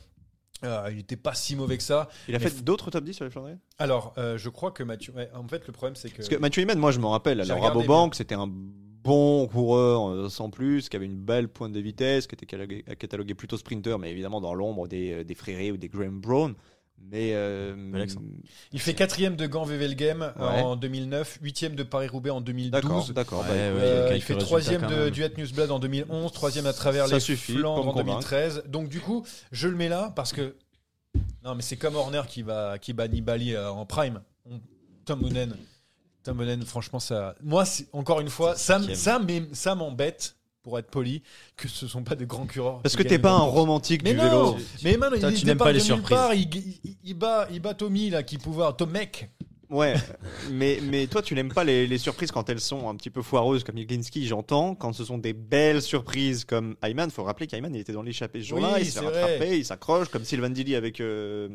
Speaker 1: Euh, il n'était pas si mauvais que ça.
Speaker 2: Il a
Speaker 1: Mais
Speaker 2: fait
Speaker 1: f-
Speaker 2: d'autres top 10 sur les Flandriens
Speaker 1: Alors, euh, je crois que Mathieu. ouais, en fait, le problème, c'est que.
Speaker 2: Parce que Mathieu Imen, moi je m'en rappelle,
Speaker 1: J'ai
Speaker 2: alors
Speaker 1: regardé,
Speaker 2: Rabobank, c'était un bon coureur euh, sans plus, qui avait une belle pointe de vitesse, qui était catalogué, euh, catalogué plutôt sprinter, mais évidemment dans l'ombre des, euh, des Fréré ou des Graham Brown. Mais euh,
Speaker 3: Relaxant.
Speaker 1: hein. Il fait quatrième de Gand Wevelgem Game
Speaker 2: Ouais.
Speaker 1: en 2009, huitième de Paris-Roubaix en
Speaker 2: d'accord,
Speaker 1: 2012.
Speaker 2: d'accord.
Speaker 3: Ouais,
Speaker 2: bah,
Speaker 3: ouais, il y a
Speaker 2: écoute,
Speaker 1: Euh, il
Speaker 3: quelques
Speaker 1: fait
Speaker 3: résultats
Speaker 1: troisième
Speaker 3: quand
Speaker 1: de
Speaker 3: même.
Speaker 1: Duat Newsblad en 2011, troisième à travers
Speaker 2: Ça
Speaker 1: les
Speaker 2: suffit,
Speaker 1: Flandres
Speaker 2: pour me
Speaker 1: en
Speaker 2: convaincre.
Speaker 1: 2013. Donc du coup, je le mets là parce que non, mais c'est comme Horner qui va qui bat Nibali euh, en prime. On- Tom Onen, Tom Onen, franchement ça. Moi, c'est- encore une fois, ça m-
Speaker 3: cinquième.
Speaker 1: ça m'é- ça m'embête pour être poli que ce sont pas de grands cureurs.
Speaker 2: Parce
Speaker 1: qui
Speaker 2: que
Speaker 1: gagnent
Speaker 2: t'es
Speaker 1: le
Speaker 2: pas un
Speaker 1: Grand Prix.
Speaker 2: romantique
Speaker 1: Mais
Speaker 2: du
Speaker 1: non,
Speaker 2: vélo.
Speaker 1: mais man,
Speaker 3: Toi,
Speaker 1: il,
Speaker 3: tu
Speaker 1: il
Speaker 3: n'aimes
Speaker 1: départ
Speaker 3: pas les
Speaker 1: de nulle
Speaker 3: surprises.
Speaker 1: part, il, il- il bat, il bat Tommy là qui pouvait, Tomek.
Speaker 2: Ouais, mais, mais toi, tu n'aimes pas les, les surprises quand elles sont un petit peu foireuses, comme Iglinski, j'entends. Quand ce sont des belles surprises comme Ayman, faut rappeler qu'Ayman, il était dans l'échappée ce jour-là,
Speaker 1: Oui,
Speaker 2: il se fait
Speaker 1: c'est vrai.
Speaker 2: rattraper, il s'accroche, comme Sylvain Dilly avec euh,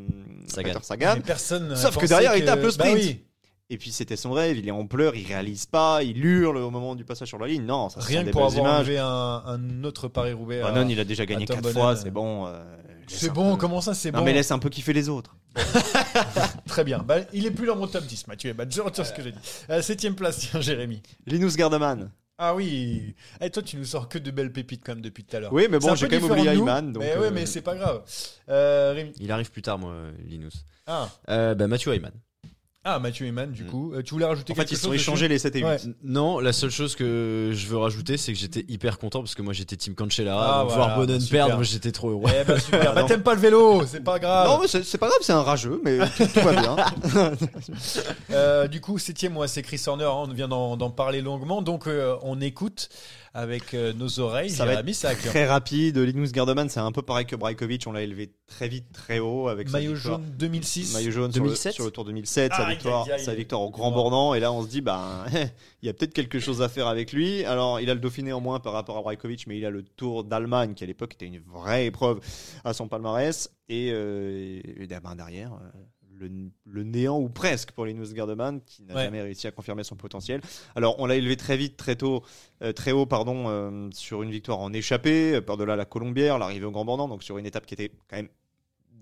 Speaker 3: Sagan.
Speaker 2: Peter Sagan.
Speaker 1: Mais personne.
Speaker 2: Ah. Sauf que
Speaker 1: pensait
Speaker 2: derrière, il tape le
Speaker 1: Bah
Speaker 2: sprint.
Speaker 1: oui.
Speaker 2: Et puis c'était son rêve, il est en pleurs, il réalise pas, il hurle au moment du passage sur la ligne. Non, ça ce sont
Speaker 1: Rien que
Speaker 2: des
Speaker 1: pour
Speaker 2: belles
Speaker 1: avoir
Speaker 2: images.
Speaker 1: enlevé un, un autre Paris-Roubaix. à-
Speaker 2: Bannon, il a déjà gagné
Speaker 1: Tom
Speaker 2: quatre
Speaker 1: Bonnen.
Speaker 2: fois, c'est bon. euh, laisse
Speaker 1: C'est
Speaker 2: un
Speaker 1: bon,
Speaker 2: peu-
Speaker 1: comment ça c'est
Speaker 2: Non,
Speaker 1: bon
Speaker 2: mais laisse un peu kiffer les autres.
Speaker 1: Très bien. Bah, il est plus dans mon top 10, Mathieu. Bah, je retire ce que j'ai dit. Euh, septième place, tiens, Jérémy.
Speaker 2: Linus Gardaman.
Speaker 1: Ah oui. Et toi, tu nous sors que de belles pépites quand même depuis tout à l'heure.
Speaker 2: Oui, mais
Speaker 1: C'est
Speaker 2: bon,
Speaker 1: un
Speaker 2: j'ai
Speaker 1: peu
Speaker 2: quand même
Speaker 1: différent
Speaker 2: oublié
Speaker 1: de nous,
Speaker 2: Ayman, donc,
Speaker 1: Mais
Speaker 2: euh,
Speaker 1: ouais, mais c'est pas grave. Euh, Rémi.
Speaker 3: Il arrive plus tard, moi, euh, Linus.
Speaker 1: Ah.
Speaker 3: Euh, bah, Mathieu Ayman.
Speaker 1: ah, Mathieu Eman, du
Speaker 3: Mm.
Speaker 1: coup. Euh, tu voulais rajouter
Speaker 2: En
Speaker 1: quelque
Speaker 2: fait, ils se
Speaker 1: chose
Speaker 2: sont
Speaker 1: dessus
Speaker 2: échangés les 7 et 8.
Speaker 1: Ouais.
Speaker 3: N- Non, la seule chose que je veux rajouter, c'est que j'étais hyper content parce que moi j'étais Team Cancellara.
Speaker 1: Ah,
Speaker 3: donc
Speaker 1: voilà,
Speaker 3: voir Bonnen
Speaker 1: super.
Speaker 3: perdre, moi, j'étais trop heureux.
Speaker 1: Eh bah, super. bah,
Speaker 2: Non.
Speaker 1: t'aimes pas le vélo, c'est pas grave.
Speaker 2: Non, mais c'est c'est pas grave, c'est un rageux, mais tout, tout va bien.
Speaker 1: Euh, du coup, septième, moi, c'est Chris Horner. hein, on vient d'en d'en parler longuement. Donc, euh, on écoute avec euh, nos oreilles.
Speaker 2: Ça va
Speaker 1: Jérémy, ça a cœur.
Speaker 2: très rapide. Linus Gardaman, c'est un peu pareil que Brajkovic. On l'a élevé très vite, très haut avec sa
Speaker 1: Maillot
Speaker 2: victoire.
Speaker 1: jaune 2006.
Speaker 2: Maillot jaune sur le-
Speaker 3: 2007.
Speaker 2: sur le, Tour 2007, sa
Speaker 1: Aïe,
Speaker 2: victoire,
Speaker 1: aïe, aïe.
Speaker 2: sa victoire au Grand Bornand. Et là, on se dit, bah, il y a peut-être quelque chose à faire avec lui. Alors, il a le Dauphiné en moins par rapport à Brajkovic, mais il a le Tour d'Allemagne, qui à l'époque était une vraie épreuve à son palmarès. Et, euh, et ben, derrière, euh, le, le néant ou presque pour Linus Gardeman, qui n'a
Speaker 1: Ouais.
Speaker 2: jamais réussi à confirmer son potentiel. Alors, on l'a élevé très vite, très tôt, euh, très haut, pardon, euh, sur une victoire en échappée, euh, par-delà la Colombière, l'arrivée au Grand Bornand, donc sur une étape qui était quand même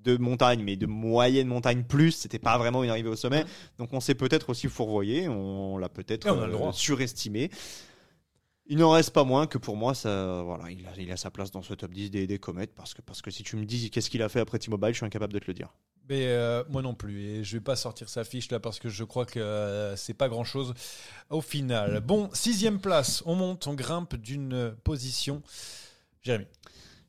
Speaker 2: de montagne, mais de moyenne montagne plus, c'était pas vraiment une arrivée au sommet. Donc on s'est peut-être aussi fourvoyé, on l'a peut-être euh,
Speaker 1: Et on a le droit.
Speaker 2: surestimé. Il n'en reste pas moins que pour moi, ça, voilà, il a, il a sa place dans ce top 10 des, des comètes, parce que, parce que si tu me dis qu'est-ce qu'il a fait après T-Mobile, je suis incapable de te le dire.
Speaker 1: Mais euh, moi non plus. Et je vais pas sortir sa fiche là parce que je crois que euh, c'est pas grand chose au final. Bon, sixième place. On monte, on grimpe d'une position. Jérémy.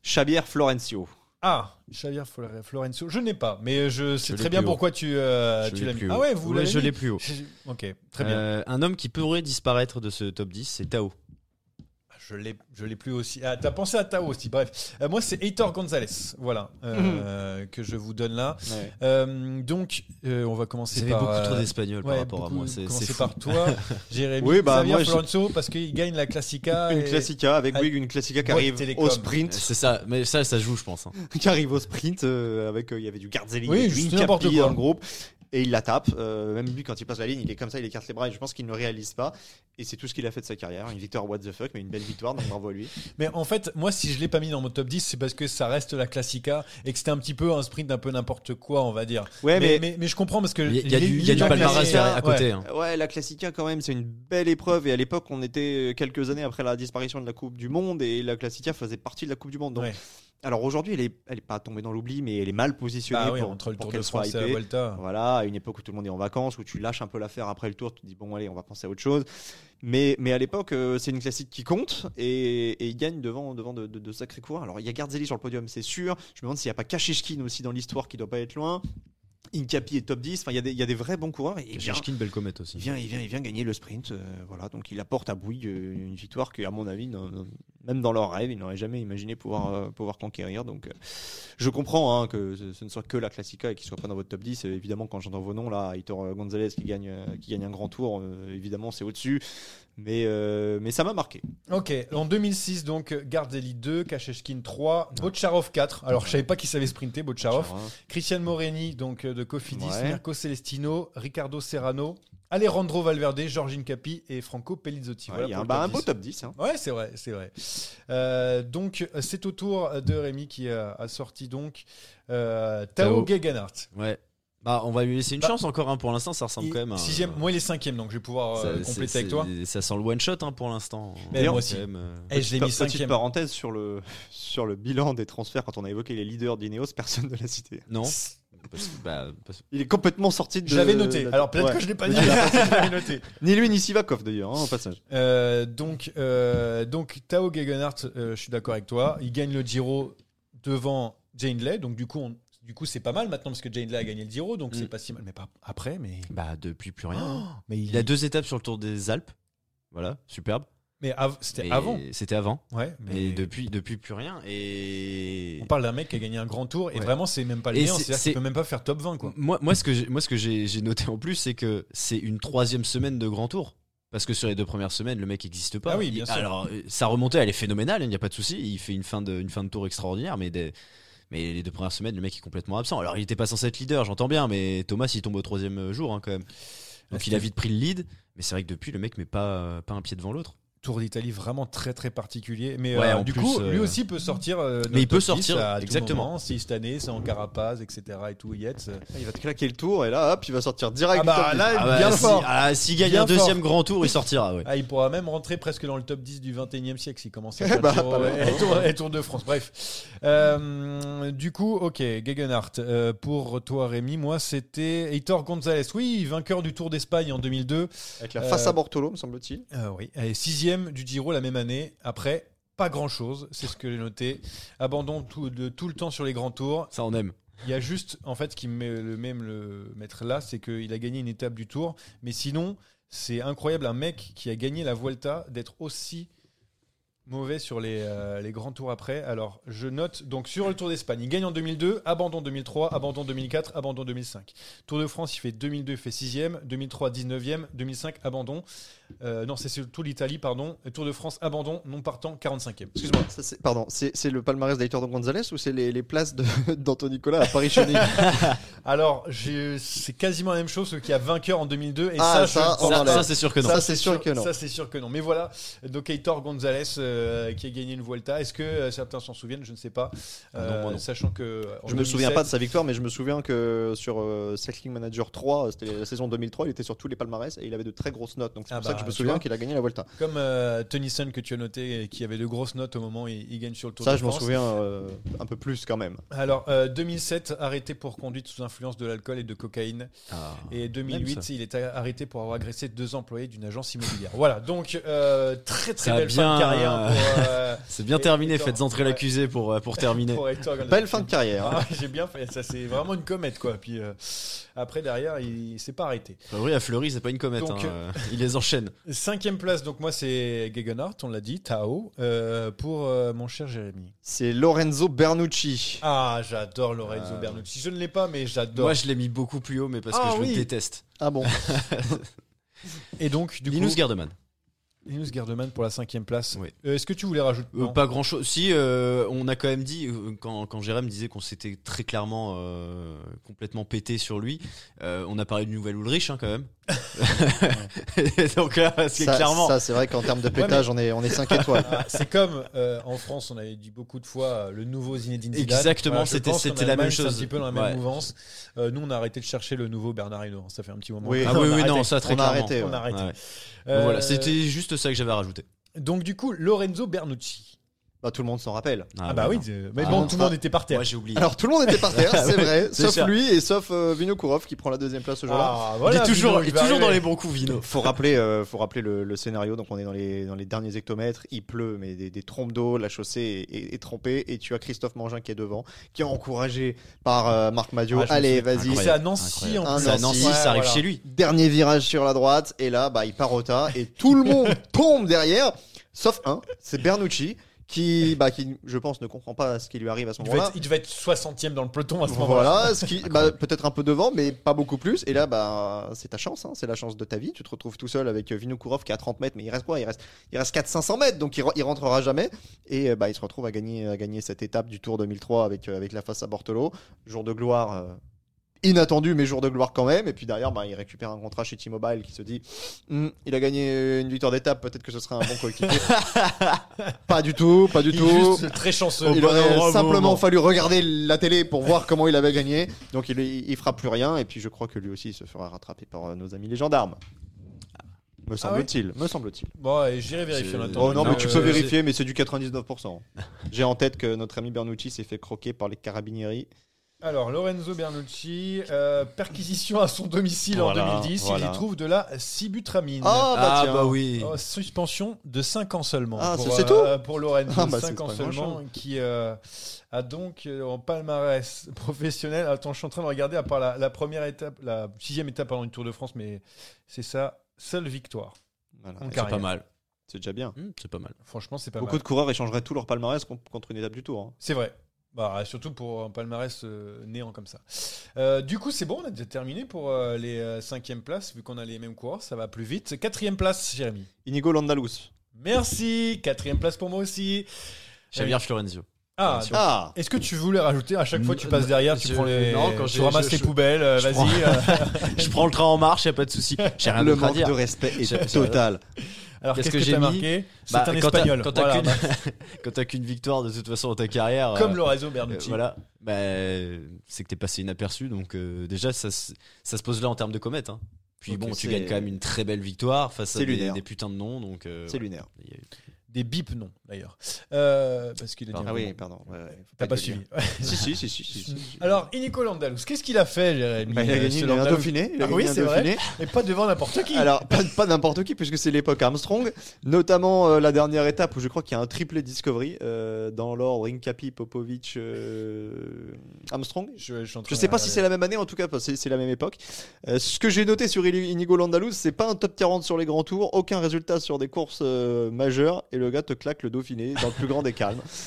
Speaker 2: Xavier Florencio.
Speaker 1: Ah, Xavier Flore- Florenzo. Je n'ai pas, mais je sais
Speaker 3: Je l'ai
Speaker 1: très bien
Speaker 3: plus haut.
Speaker 1: pourquoi tu, euh,
Speaker 3: Je
Speaker 1: tu l'as
Speaker 3: l'ai plus
Speaker 1: mis.
Speaker 3: haut.
Speaker 1: Ah ouais, vous
Speaker 3: Ouais,
Speaker 1: l'avez
Speaker 3: Je
Speaker 1: mis
Speaker 3: l'ai plus haut.
Speaker 1: Je- Ok, très bien.
Speaker 3: Euh, un homme qui pourrait disparaître de ce top 10, c'est Tao.
Speaker 1: Je l'ai, je l'ai plus aussi. Ah, t'as pensé à Tao aussi. Bref, Euh, moi c'est Heitor Gonzalez, voilà, euh, que je vous donne là. Euh, donc, euh, on va commencer
Speaker 3: Vous avez
Speaker 1: par.
Speaker 3: beaucoup trop
Speaker 1: euh,
Speaker 3: d'espagnol par
Speaker 1: ouais,
Speaker 3: rapport à
Speaker 1: beaucoup-
Speaker 3: moi. C'est
Speaker 1: commencer
Speaker 3: c'est fou.
Speaker 1: par toi, Jérémy.
Speaker 2: Oui, bah,
Speaker 1: Xavier
Speaker 2: moi, je-
Speaker 1: Florenzo parce qu'il gagne la Classica.
Speaker 2: Une
Speaker 1: et-
Speaker 2: Classica, avec
Speaker 1: Ah,
Speaker 2: oui, une Classica qui
Speaker 1: Boîte
Speaker 2: arrive
Speaker 1: Télécom.
Speaker 2: au
Speaker 3: Euh,
Speaker 2: sprint,
Speaker 3: C'est ça, mais ça, ça joue, je pense. hein.
Speaker 2: qui arrive au sprint, euh, avec, euh, il y avait du Garzelli,
Speaker 1: Oui,
Speaker 2: il y avait
Speaker 1: juste
Speaker 2: du
Speaker 1: n'importe
Speaker 2: Incapi
Speaker 1: quoi.
Speaker 2: dans le groupe, et il la tape, Euh, même lui quand il passe la ligne, il est comme ça, il écarte les bras, et je pense qu'il ne réalise pas, et c'est tout ce qu'il a fait de sa carrière, une victoire what the fuck, mais une belle victoire, donc bravo à lui.
Speaker 1: Mais en fait, moi, si je l'ai pas mis dans mon top 10, c'est parce que ça reste la Classica et que c'était un petit peu un sprint d'un peu n'importe quoi, on va dire.
Speaker 2: Ouais,
Speaker 1: mais,
Speaker 2: mais-
Speaker 1: mais, mais je comprends parce que.
Speaker 3: Eh, Il y a- il y a
Speaker 1: les-
Speaker 3: du, il y a du
Speaker 1: la
Speaker 3: palmarès
Speaker 1: Classica,
Speaker 3: derrière- à
Speaker 1: ouais.
Speaker 3: côté. hein.
Speaker 2: Ouais, la Classica quand même, c'est une belle épreuve. Et à l'époque, on était euh, quelques années après la disparition de la Coupe du Monde et la Classica faisait partie de la Coupe du Monde. Donc,
Speaker 1: Ouais.
Speaker 2: alors aujourd'hui, elle est, elle est pas tombée dans l'oubli, mais elle est mal positionnée
Speaker 1: Bah oui,
Speaker 2: pour,
Speaker 1: entre le
Speaker 2: pour
Speaker 1: Tour de
Speaker 2: qu'elle soit
Speaker 1: France et la
Speaker 2: hypée.
Speaker 1: Vuelta.
Speaker 2: Voilà, à une époque où tout le monde est en vacances, où tu lâches un peu l'affaire après le tour, tu te dis bon allez, on va penser à autre chose. Mais, mais à l'époque, euh, c'est une classique qui compte et, et il gagne devant, devant de, de- de sacrés coureurs. Alors il y a Garzelli sur le podium, c'est sûr. Je me demande s'il n'y a pas Kachishkin aussi dans l'histoire qui doit pas être loin. Incapi est top 10. Enfin, il y, a des- il y a des vrais bons coureurs. Et, et bien,
Speaker 3: Kachkin, belle comète
Speaker 2: il
Speaker 3: aussi.
Speaker 2: vient, il vient, il vient gagner le sprint. euh, voilà, donc il apporte à Bouygues euh, une victoire que, à mon avis, non- non- même dans leur rêve, ils n'auraient jamais imaginé pouvoir, euh, pouvoir conquérir. Donc, euh, je comprends hein, que ce, ce ne soit que la Classica et qu'il soit pas dans votre top 10. Euh, évidemment, quand j'entends vos noms, là, Hitor Gonzalez qui gagne, euh, qui gagne un grand tour, euh, évidemment, c'est au-dessus. Mais, euh, mais ça m'a marqué.
Speaker 1: Ok, en 2006, donc Gardelli 2, Kachechkin 3, Bocharov 4. Alors, je savais pas qui savait sprinter,
Speaker 2: hein.
Speaker 1: Bocharov. Christian Moreni, donc euh, de Cofidis,
Speaker 2: Ouais.
Speaker 1: Mirko Celestino, Ricardo Serrano, Alejandro Valverde, Jorginho Capi et Franco Pelizzotti.
Speaker 2: Ouais,
Speaker 1: Voilà
Speaker 2: il y a
Speaker 1: pour
Speaker 2: un,
Speaker 1: le top
Speaker 2: bah, un beau
Speaker 1: 10.
Speaker 2: top 10. hein.
Speaker 1: Ouais, c'est vrai, c'est vrai. Euh, donc, euh, c'est au tour de Rémi qui a, a sorti donc euh, Tao
Speaker 3: Tao.
Speaker 1: Gegenhardt.
Speaker 3: Ouais. Bah, on va lui laisser une
Speaker 1: Bah,
Speaker 3: chance encore hein, pour l'instant. Ça ressemble
Speaker 1: Il-
Speaker 3: quand même à.
Speaker 1: Sixième, moi il est cinquième, donc je vais pouvoir euh,
Speaker 3: ça- c'est-
Speaker 1: compléter avec toi.
Speaker 3: c'est- Ça sent le one shot hein, pour l'instant.
Speaker 1: Mais
Speaker 3: Quand
Speaker 1: moi aussi.
Speaker 3: même, euh,
Speaker 1: Et Eh, je l'ai mis
Speaker 2: Petite- Petite
Speaker 1: cinquième.
Speaker 2: parenthèse sur le, sur le bilan des transferts, quand on a évoqué les leaders d'Ineos, personne ne l'a cité.
Speaker 3: Non. Parce que, bah, parce-
Speaker 2: Il est complètement sorti de.
Speaker 1: J'avais noté.
Speaker 2: la-
Speaker 1: Alors peut-être
Speaker 2: Ouais.
Speaker 1: que je l'ai pas
Speaker 2: Mais
Speaker 1: dit.
Speaker 2: tu l'as pas
Speaker 1: J'avais noté.
Speaker 2: Ni lui ni Sivakov d'ailleurs, hein, au passage.
Speaker 1: Euh, donc, euh, donc Tao Gegenhardt, euh, je suis d'accord avec toi. Il gagne le Giro devant Jane Lay. Donc du coup, on- du coup, c'est pas mal maintenant parce que Jane Lay a gagné le Giro, donc c'est
Speaker 3: Mm.
Speaker 1: pas si mal. Mais pas après, mais.
Speaker 3: bah, depuis plus rien.
Speaker 1: Oh, mais il,
Speaker 3: Il a deux étapes sur le Tour des Alpes. Voilà, superbe.
Speaker 1: Mais av- c'était
Speaker 3: Mais
Speaker 1: avant.
Speaker 3: C'était avant.
Speaker 1: Ouais. Mais
Speaker 3: Et depuis, depuis plus rien. Et
Speaker 1: on parle d'un mec qui a gagné un grand tour et
Speaker 3: Ouais.
Speaker 1: vraiment, c'est même pas le
Speaker 3: Et
Speaker 1: mien.
Speaker 3: c'est-
Speaker 1: C'est-à-dire
Speaker 3: c'est-
Speaker 1: qu'il peut même pas faire top 20 quoi.
Speaker 3: Moi, moi, ce que j'ai- moi, ce que j'ai j'ai noté en plus, c'est que c'est une troisième semaine de Grand Tour. Parce que sur les deux premières semaines, le mec n'existe pas.
Speaker 1: Ah oui, bien
Speaker 3: Il-
Speaker 1: sûr.
Speaker 3: Alors, euh, sa remontée, elle est phénoménale, il n'y a pas de souci. Il fait une fin de, une fin de tour extraordinaire, mais, des- mais les deux premières semaines, le mec est complètement absent. Alors, il n'était pas censé être leader, j'entends bien, mais Thomas, il tombe au troisième euh, jour hein, quand même.
Speaker 1: Ah,
Speaker 3: Donc, il a vite pris le lead, mais c'est vrai que depuis, le mec met pas, pas un pied devant l'autre.
Speaker 1: Tour d'Italie vraiment très très particulier. Mais
Speaker 3: Ouais,
Speaker 1: euh,
Speaker 3: en
Speaker 1: du
Speaker 3: plus,
Speaker 1: coup,
Speaker 3: euh,
Speaker 1: lui aussi peut sortir. euh,
Speaker 3: mais il
Speaker 1: notre
Speaker 3: peut
Speaker 1: top 10
Speaker 3: sortir,
Speaker 1: à tout
Speaker 3: exactement.
Speaker 1: moment, Si cette année, c'est en Carapaz, etc. Et tout, Yates. euh,
Speaker 2: Ah, Il va te claquer le tour et là, hop, il va sortir direct
Speaker 1: Ah bah,
Speaker 2: du top 10.
Speaker 1: là,
Speaker 3: Ah bah,
Speaker 1: bien
Speaker 3: si-
Speaker 1: fort.
Speaker 3: ah, S'il gagne
Speaker 1: Bien
Speaker 3: un deuxième
Speaker 1: fort.
Speaker 3: Grand Tour, il sortira, ouais.
Speaker 1: Ah, il pourra même rentrer presque dans le top 10 du 21e siècle s'il commence à
Speaker 2: Eh
Speaker 1: faire
Speaker 2: bah,
Speaker 1: Giro
Speaker 2: pas mal.
Speaker 1: et, et tour, et Tour de France. Bref. Euh, du coup, ok, Gegenhardt, euh, pour toi Rémi, moi c'était Heitor González. Oui, vainqueur du Tour d'Espagne en 2002.
Speaker 2: Avec la
Speaker 1: Euh,
Speaker 2: face à Bortolo, me semble-t-il.
Speaker 1: Euh, oui, et sixième du Giro la même année. Après, pas grand-chose, c'est ce que j'ai noté. Abandon tout, de, tout le temps sur les grands tours.
Speaker 3: Ça, on aime.
Speaker 1: Il y a juste, en fait, ce qui me met le même le mettre là, c'est qu'il a gagné une étape du tour. Mais sinon, c'est incroyable, un mec qui a gagné la Vuelta, d'être aussi mauvais sur les, euh, les grands tours après. Alors, je note, donc sur le Tour d'Espagne, il gagne en 2002, abandon 2003, abandon 2004, abandon 2005. Tour de France, il fait 2002, il fait 6ème, 2003, 19ème, 2005, abandon. Euh, non, c'est sur tout l'Italie, pardon. Tour de France, abandon, non partant, 45ème.
Speaker 2: Excuse-moi, ça, c'est- pardon, c'est c'est le palmarès d'Aitor Gonzalez ou c'est les, les places de- d'Anto Nicolas à Paris-Chenille
Speaker 1: Alors, j'ai- c'est quasiment la même chose, ce qui a vainqueur en 2002. Et ça,
Speaker 2: Ah, ça,
Speaker 1: je-
Speaker 2: on
Speaker 3: Ça,
Speaker 2: enlève.
Speaker 3: ça, c'est sûr que non.
Speaker 2: Ça, c'est sûr que non.
Speaker 1: Ça, c'est sûr que non. Mais voilà, donc Heitor Gonzalez euh, qui a gagné une Vuelta. Est-ce que euh, certains s'en souviennent Je ne sais pas. Euh,
Speaker 3: Ah non, moi non.
Speaker 1: Sachant que.
Speaker 2: Je me souviens pas de sa victoire, mais je me souviens que sur euh, Cycling Manager 3, c'était la saison 2003, il était sur tous les palmarès et il avait de très grosses notes. Donc c'est
Speaker 1: Ah
Speaker 2: pour ça
Speaker 1: bah,
Speaker 2: que je me
Speaker 1: tu
Speaker 2: souviens
Speaker 1: vois.
Speaker 2: qu'il a gagné la Volta.
Speaker 1: Comme euh, Tennyson que tu as noté, et qui avait de grosses notes au moment où il, il gagne sur le Tour
Speaker 2: Ça,
Speaker 1: de
Speaker 2: je m'en
Speaker 1: France.
Speaker 2: souviens euh, un peu plus quand même.
Speaker 1: Alors, euh, 2007, arrêté pour conduite sous influence de l'alcool et de cocaïne.
Speaker 3: Ah.
Speaker 1: Et
Speaker 3: Même
Speaker 1: 2008,
Speaker 3: ça.
Speaker 1: il est arrêté pour avoir agressé deux employés d'une agence immobilière. voilà, donc euh, très très
Speaker 3: Ça a
Speaker 1: belle fin de
Speaker 3: bien,
Speaker 1: carrière pour, euh,
Speaker 3: C'est bien
Speaker 1: Et-
Speaker 3: terminé,
Speaker 1: et-
Speaker 3: faites entrer
Speaker 1: ouais.
Speaker 3: l'accusé pour, euh, pour terminer.
Speaker 1: pour Heitor Gonzalez.
Speaker 2: Belle fin de carrière. hein.
Speaker 1: Ah, J'ai bien fait, ça c'est vraiment une comète quoi. Puis euh, après derrière, il, il s'est pas arrêté.
Speaker 3: Fleury Bah à Fleury, c'est pas une comète.
Speaker 1: Donc,
Speaker 3: hein, euh, Il les enchaîne.
Speaker 1: Cinquième place, donc moi c'est Gegenhardt, on l'a dit, Tao, euh, pour euh, mon cher Jérémy.
Speaker 2: C'est Lorenzo Bernucci.
Speaker 1: Ah, j'adore Lorenzo
Speaker 2: Ah.
Speaker 1: Bernucci. Je ne l'ai pas, mais j'adore.
Speaker 3: Euh. Moi, je l'ai mis beaucoup plus haut, mais parce
Speaker 1: Ah
Speaker 3: que je
Speaker 1: oui.
Speaker 3: le déteste.
Speaker 2: Ah bon
Speaker 1: Et donc, du
Speaker 3: Linus
Speaker 1: coup,
Speaker 3: Gardeman.
Speaker 1: Linus Gerdeman pour la cinquième place.
Speaker 3: Oui.
Speaker 1: Euh, Est-ce que tu voulais rajouter
Speaker 3: Euh,
Speaker 1: Non.
Speaker 3: pas grand chose. Si, euh, on a quand même dit, euh, quand, quand Jérém disait qu'on s'était très clairement euh, complètement pété sur lui, euh, on a parlé de Nouvelle Ulrich hein, quand même. Donc là, c'est
Speaker 2: Ça,
Speaker 3: clairement.
Speaker 2: ça, c'est vrai qu'en termes de pétage, on, est, on est 5 étoiles.
Speaker 1: Ah, c'est comme euh, en France, on avait dit beaucoup de fois euh, le nouveau Zinedine Zidane.
Speaker 3: Exactement,
Speaker 1: je
Speaker 3: c'était-
Speaker 1: pense qu'en
Speaker 3: c'était la même
Speaker 1: Allemagne, c'est
Speaker 3: chose.
Speaker 1: Un petit peu dans la même
Speaker 3: Ouais.
Speaker 1: mouvance. Euh, nous, on a arrêté de chercher le nouveau Bernard Hinault. hein. Ça fait un petit moment.
Speaker 2: Oui.
Speaker 1: qu'on
Speaker 3: Ah
Speaker 1: a
Speaker 3: oui, oui,
Speaker 1: arrêté.
Speaker 3: non, ça très
Speaker 2: on a
Speaker 3: clairement.
Speaker 2: arrêté.
Speaker 1: On a
Speaker 2: ouais.
Speaker 1: arrêté.
Speaker 3: Ouais. Donc
Speaker 1: Euh,
Speaker 3: Voilà, c'était juste ça que j'avais rajouté.
Speaker 1: Donc du coup, Lorenzo Bernucci.
Speaker 2: Bah, tout le monde s'en rappelle.
Speaker 1: Ah, bah oui,
Speaker 3: Ah non.
Speaker 1: euh, mais
Speaker 3: Ah,
Speaker 1: bon,
Speaker 2: non.
Speaker 1: tout le monde était par terre.
Speaker 3: Moi, j'ai oublié.
Speaker 2: Alors tout le monde était par terre, c'est vrai,
Speaker 3: c'est
Speaker 2: sauf
Speaker 3: sûr.
Speaker 2: lui et sauf euh, Vinokourov qui prend la deuxième place ce jour-là.
Speaker 1: Ah,
Speaker 3: Il
Speaker 1: voilà,
Speaker 3: est toujours,
Speaker 1: Vino,
Speaker 3: il est
Speaker 1: va
Speaker 3: toujours dans les
Speaker 1: arriver. Ah,
Speaker 3: bons coups, Vino.
Speaker 2: Faut rappeler, euh, faut rappeler le, le scénario. Donc on est dans les, dans les derniers hectomètres, il pleut, mais des, des trompes d'eau, la chaussée est, est- est trompée et tu as Christophe Mangin qui est devant, qui est encouragé par euh, Marc Madio.
Speaker 1: Ah, je me
Speaker 2: Allez,
Speaker 1: souviens.
Speaker 2: vas-y.
Speaker 1: Et c'est à Nancy
Speaker 3: Incroyable.
Speaker 1: en plus.
Speaker 2: Ah,
Speaker 3: C'est à Nancy,
Speaker 1: Ouais,
Speaker 3: ça arrive
Speaker 1: voilà.
Speaker 3: chez lui.
Speaker 2: Dernier virage sur la droite et là, bah il part au tas et tout le monde tombe derrière, sauf un, c'est Bernucci qui, bah qui, je pense, ne comprend pas ce qui lui arrive à ce
Speaker 1: Il devait,
Speaker 2: moment-là.
Speaker 1: être, il devait être 60e dans le peloton à ce moment-là.
Speaker 2: Voilà, ce qui, bah, peut-être un peu devant, mais pas beaucoup plus. Et là, bah, c'est ta chance, hein, c'est la chance de ta vie. Tu te retrouves tout seul avec euh, Vinokourov qui est à 30 mètres, mais il reste quoi Il reste, il reste 400-500 mètres, donc il, re- il rentrera jamais. Et euh, bah, il se retrouve à gagner, à gagner cette étape du Tour 2003 avec, euh, avec la face à Bortolo. Jour de gloire. euh, inattendu, mais jour de gloire quand même. Et puis derrière, bah, il récupère un contrat chez T-Mobile qui se dit Hmm, il a gagné une victoire d'étape, peut-être que ce sera un bon coéquipier. pas du tout, pas du
Speaker 1: Il est
Speaker 2: tout.
Speaker 1: juste très chanceux.
Speaker 2: Il
Speaker 1: Au bon endroit,
Speaker 2: aurait
Speaker 1: au bon moment.
Speaker 2: simplement fallu regarder la télé pour voir comment il avait gagné. Donc il, il fera plus rien. Et puis je crois que lui aussi il se fera rattraper par euh, nos amis les gendarmes. Me
Speaker 1: Ah
Speaker 2: semble-t-il. me semble-t-il.
Speaker 1: Bon, et j'irai vérifier en
Speaker 3: C'est-
Speaker 1: attendant.
Speaker 2: Oh non,
Speaker 3: Non,
Speaker 2: mais tu
Speaker 1: Euh,
Speaker 2: peux vérifier, mais c'est du 99%. J'ai en tête que notre ami Bernucci s'est fait croquer par les carabinieri.
Speaker 1: Alors, Lorenzo Bernucci, euh, perquisition à son domicile
Speaker 2: Voilà,
Speaker 1: en 2010,
Speaker 2: voilà.
Speaker 1: il y trouve de la cibutramine.
Speaker 2: Ah bah
Speaker 3: Ah
Speaker 2: tiens.
Speaker 3: bah oui.
Speaker 1: Oh, suspension de 5 ans seulement.
Speaker 2: Ah,
Speaker 1: pour,
Speaker 2: c'est- c'est
Speaker 1: euh, Pour Lorenzo,
Speaker 2: Ah, bah,
Speaker 1: 5
Speaker 2: c'est
Speaker 1: ans
Speaker 2: pas
Speaker 1: seulement,
Speaker 2: grand-chose.
Speaker 1: qui euh, a donc euh, en palmarès professionnel. Attends, je suis en train de regarder, à part la, la première étape, la sixième étape pendant une Tour de France, mais c'est ça, seule victoire.
Speaker 2: Voilà,
Speaker 1: En
Speaker 2: et
Speaker 1: carrière.
Speaker 3: C'est pas mal.
Speaker 2: C'est déjà bien.
Speaker 3: Hmm, c'est pas mal.
Speaker 1: Franchement, c'est pas
Speaker 2: Beaucoup
Speaker 1: mal.
Speaker 2: de coureurs échangeraient tout leur palmarès con- contre une étape du tour. hein.
Speaker 1: C'est vrai. Bah, surtout pour un palmarès euh, néant comme ça. Euh, du coup, c'est bon, on a déjà terminé pour euh, les euh, cinquièmes places, vu qu'on a les mêmes coureurs, ça va plus vite. Quatrième place, Jérémy.
Speaker 2: Inigo Landalus.
Speaker 1: Merci. Quatrième place pour moi aussi.
Speaker 3: Javier Florencio.
Speaker 1: Ah,
Speaker 2: Ah
Speaker 1: Est-ce que tu voulais rajouter à chaque fois que tu passes derrière, tu
Speaker 3: Je-
Speaker 1: prends les,
Speaker 3: non, quand
Speaker 1: tu
Speaker 3: j'ai-
Speaker 1: ramasses
Speaker 3: je-
Speaker 1: les
Speaker 3: je-
Speaker 1: poubelles, euh,
Speaker 3: je
Speaker 1: vas-y.
Speaker 3: prends-
Speaker 1: euh.
Speaker 3: Je prends le train en marche, y a pas de souci. J'ai rien
Speaker 2: le
Speaker 3: d'autre à
Speaker 2: manque
Speaker 3: dire.
Speaker 2: de respect
Speaker 3: J'ai-
Speaker 2: est
Speaker 3: j'ai-
Speaker 2: total.
Speaker 1: Alors qu'est-ce
Speaker 3: Qu'est-ce
Speaker 1: que,
Speaker 3: que j'ai
Speaker 1: t'as
Speaker 3: mis
Speaker 1: marqué C'est
Speaker 3: Bah,
Speaker 1: un
Speaker 3: quand t'as-
Speaker 1: espagnol.
Speaker 3: Quand t'as
Speaker 1: Voilà,
Speaker 3: qu'une- quand t'as qu'une victoire de toute façon dans ta carrière.
Speaker 1: bah, comme
Speaker 3: euh,
Speaker 1: Lorenzo
Speaker 3: euh,
Speaker 1: Bernucci.
Speaker 3: voilà, bah, c'est que t'es passé inaperçu, donc euh, déjà ça, se- ça se pose là en termes de comète. hein. Puis
Speaker 2: Donc,
Speaker 3: bon, tu
Speaker 2: c'est-
Speaker 3: gagnes quand même une très belle victoire face à
Speaker 2: C'est
Speaker 3: des,
Speaker 2: lunaire.
Speaker 3: des putains de noms, donc. euh,
Speaker 2: C'est
Speaker 3: voilà.
Speaker 2: lunaire.
Speaker 3: Il y a eu-
Speaker 1: Des bips non d'ailleurs, Euh, parce qu'il a dit.
Speaker 3: Ah
Speaker 1: un
Speaker 2: Ah oui,
Speaker 1: moment.
Speaker 2: pardon. ouais, ouais, faut
Speaker 1: T'as pas
Speaker 2: que je le
Speaker 1: suivi.
Speaker 2: dise. si, si, si, si, si, si.
Speaker 1: Alors, Inico Landalus, qu'est-ce qu'il a fait, Jérémy
Speaker 2: Bah, il a
Speaker 1: euh,
Speaker 2: gagné
Speaker 1: ce
Speaker 2: une- un
Speaker 1: Landalus
Speaker 2: Dauphiné. il a
Speaker 1: Ah oui,
Speaker 2: gagné un
Speaker 1: c'est vrai.
Speaker 2: Dauphiné.
Speaker 1: Et pas devant n'importe qui.
Speaker 2: Alors, pas, pas n'importe qui, puisque c'est l'époque Armstrong, notamment euh, la dernière étape où je crois qu'il y a un triplé Discovery euh, dans l'ordre Incapi, Popovic, euh, Armstrong.
Speaker 1: je, suis en train
Speaker 2: Je
Speaker 1: de
Speaker 2: sais pas si c'est
Speaker 1: regarder.
Speaker 2: la même année, en tout cas, enfin, c'est c'est la même époque. Euh, ce que j'ai noté sur Il- Inigo Landalus, c'est pas un top 40 sur les grands tours, aucun résultat sur des courses euh, majeures, et le gars te claque le Dauphiné dans le plus grand des calmes.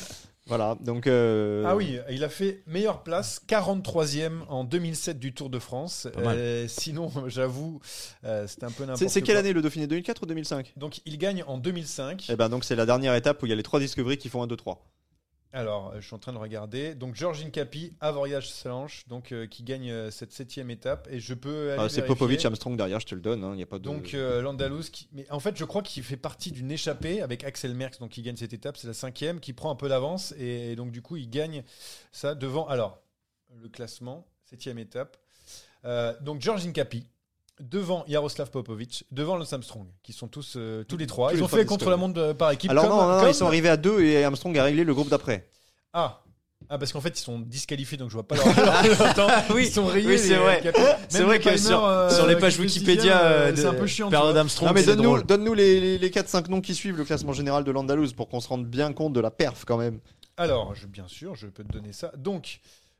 Speaker 2: Voilà, donc. euh,
Speaker 1: Ah oui, il a fait meilleure place, 43e en 2007 du Tour de France.
Speaker 3: Pas mal.
Speaker 1: Euh, sinon, j'avoue, euh, c'était un peu n'importe
Speaker 2: C'est
Speaker 1: quoi.
Speaker 2: c'est quelle année le Dauphiné 2004 ou 2005
Speaker 1: Donc, il gagne en 2005.
Speaker 2: Eh ben donc c'est la dernière étape où il y a les trois Discovery qui font 1, 2, 3.
Speaker 1: Alors, euh, je suis en train de regarder. Donc, Georges Incapi, Avoriage Salange, donc euh, qui gagne euh, cette septième étape. Et je peux aller
Speaker 2: Ah, c'est
Speaker 1: vérifier.
Speaker 2: Popovic, Armstrong derrière, je te le donne. hein, Il y a pas de.
Speaker 1: Donc, euh, l'Andalous. Qui... Mais en fait, je crois qu'il fait partie d'une échappée avec Axel Merckx, donc qui gagne cette étape. C'est la cinquième, qui prend un peu d'avance. Et, donc, du coup, il gagne ça devant. Alors, le classement, septième étape. Euh, donc, Georges Incapi. Devant Yaroslav Popovic, devant Lance Armstrong, qui sont tous, euh, tous les trois.
Speaker 2: Tous
Speaker 1: ils
Speaker 2: les
Speaker 1: ont
Speaker 2: trois
Speaker 1: fait contre la montre euh, par équipe.
Speaker 2: Alors
Speaker 1: comme-
Speaker 2: non, non, non,
Speaker 1: comme-
Speaker 2: ils sont arrivés à deux et Armstrong a réglé le groupe d'après.
Speaker 1: Ah Ah parce qu'en fait ils sont disqualifiés donc je vois pas leur, leur- leur temps.
Speaker 3: oui,
Speaker 1: ils sont rayés.
Speaker 3: oui, c'est
Speaker 1: les-
Speaker 3: vrai.
Speaker 1: les capes.
Speaker 3: C'est
Speaker 1: Même
Speaker 3: vrai
Speaker 1: le
Speaker 3: que
Speaker 1: timer,
Speaker 3: sur,
Speaker 1: euh,
Speaker 3: sur les pages
Speaker 1: qui justifie,
Speaker 3: Wikipédia,
Speaker 1: euh,
Speaker 3: euh,
Speaker 1: c'est un
Speaker 3: de-
Speaker 1: peu chiant. tu
Speaker 3: période
Speaker 1: vois.
Speaker 3: Armstrong,
Speaker 2: non mais
Speaker 3: c'est
Speaker 2: donne-nous
Speaker 3: drôle.
Speaker 2: donne les, les 4-5 noms qui suivent le classement général de l'Andalouse pour qu'on se rende bien compte de la perf quand même.
Speaker 1: Alors je- bien sûr je peux te donner ça. Donc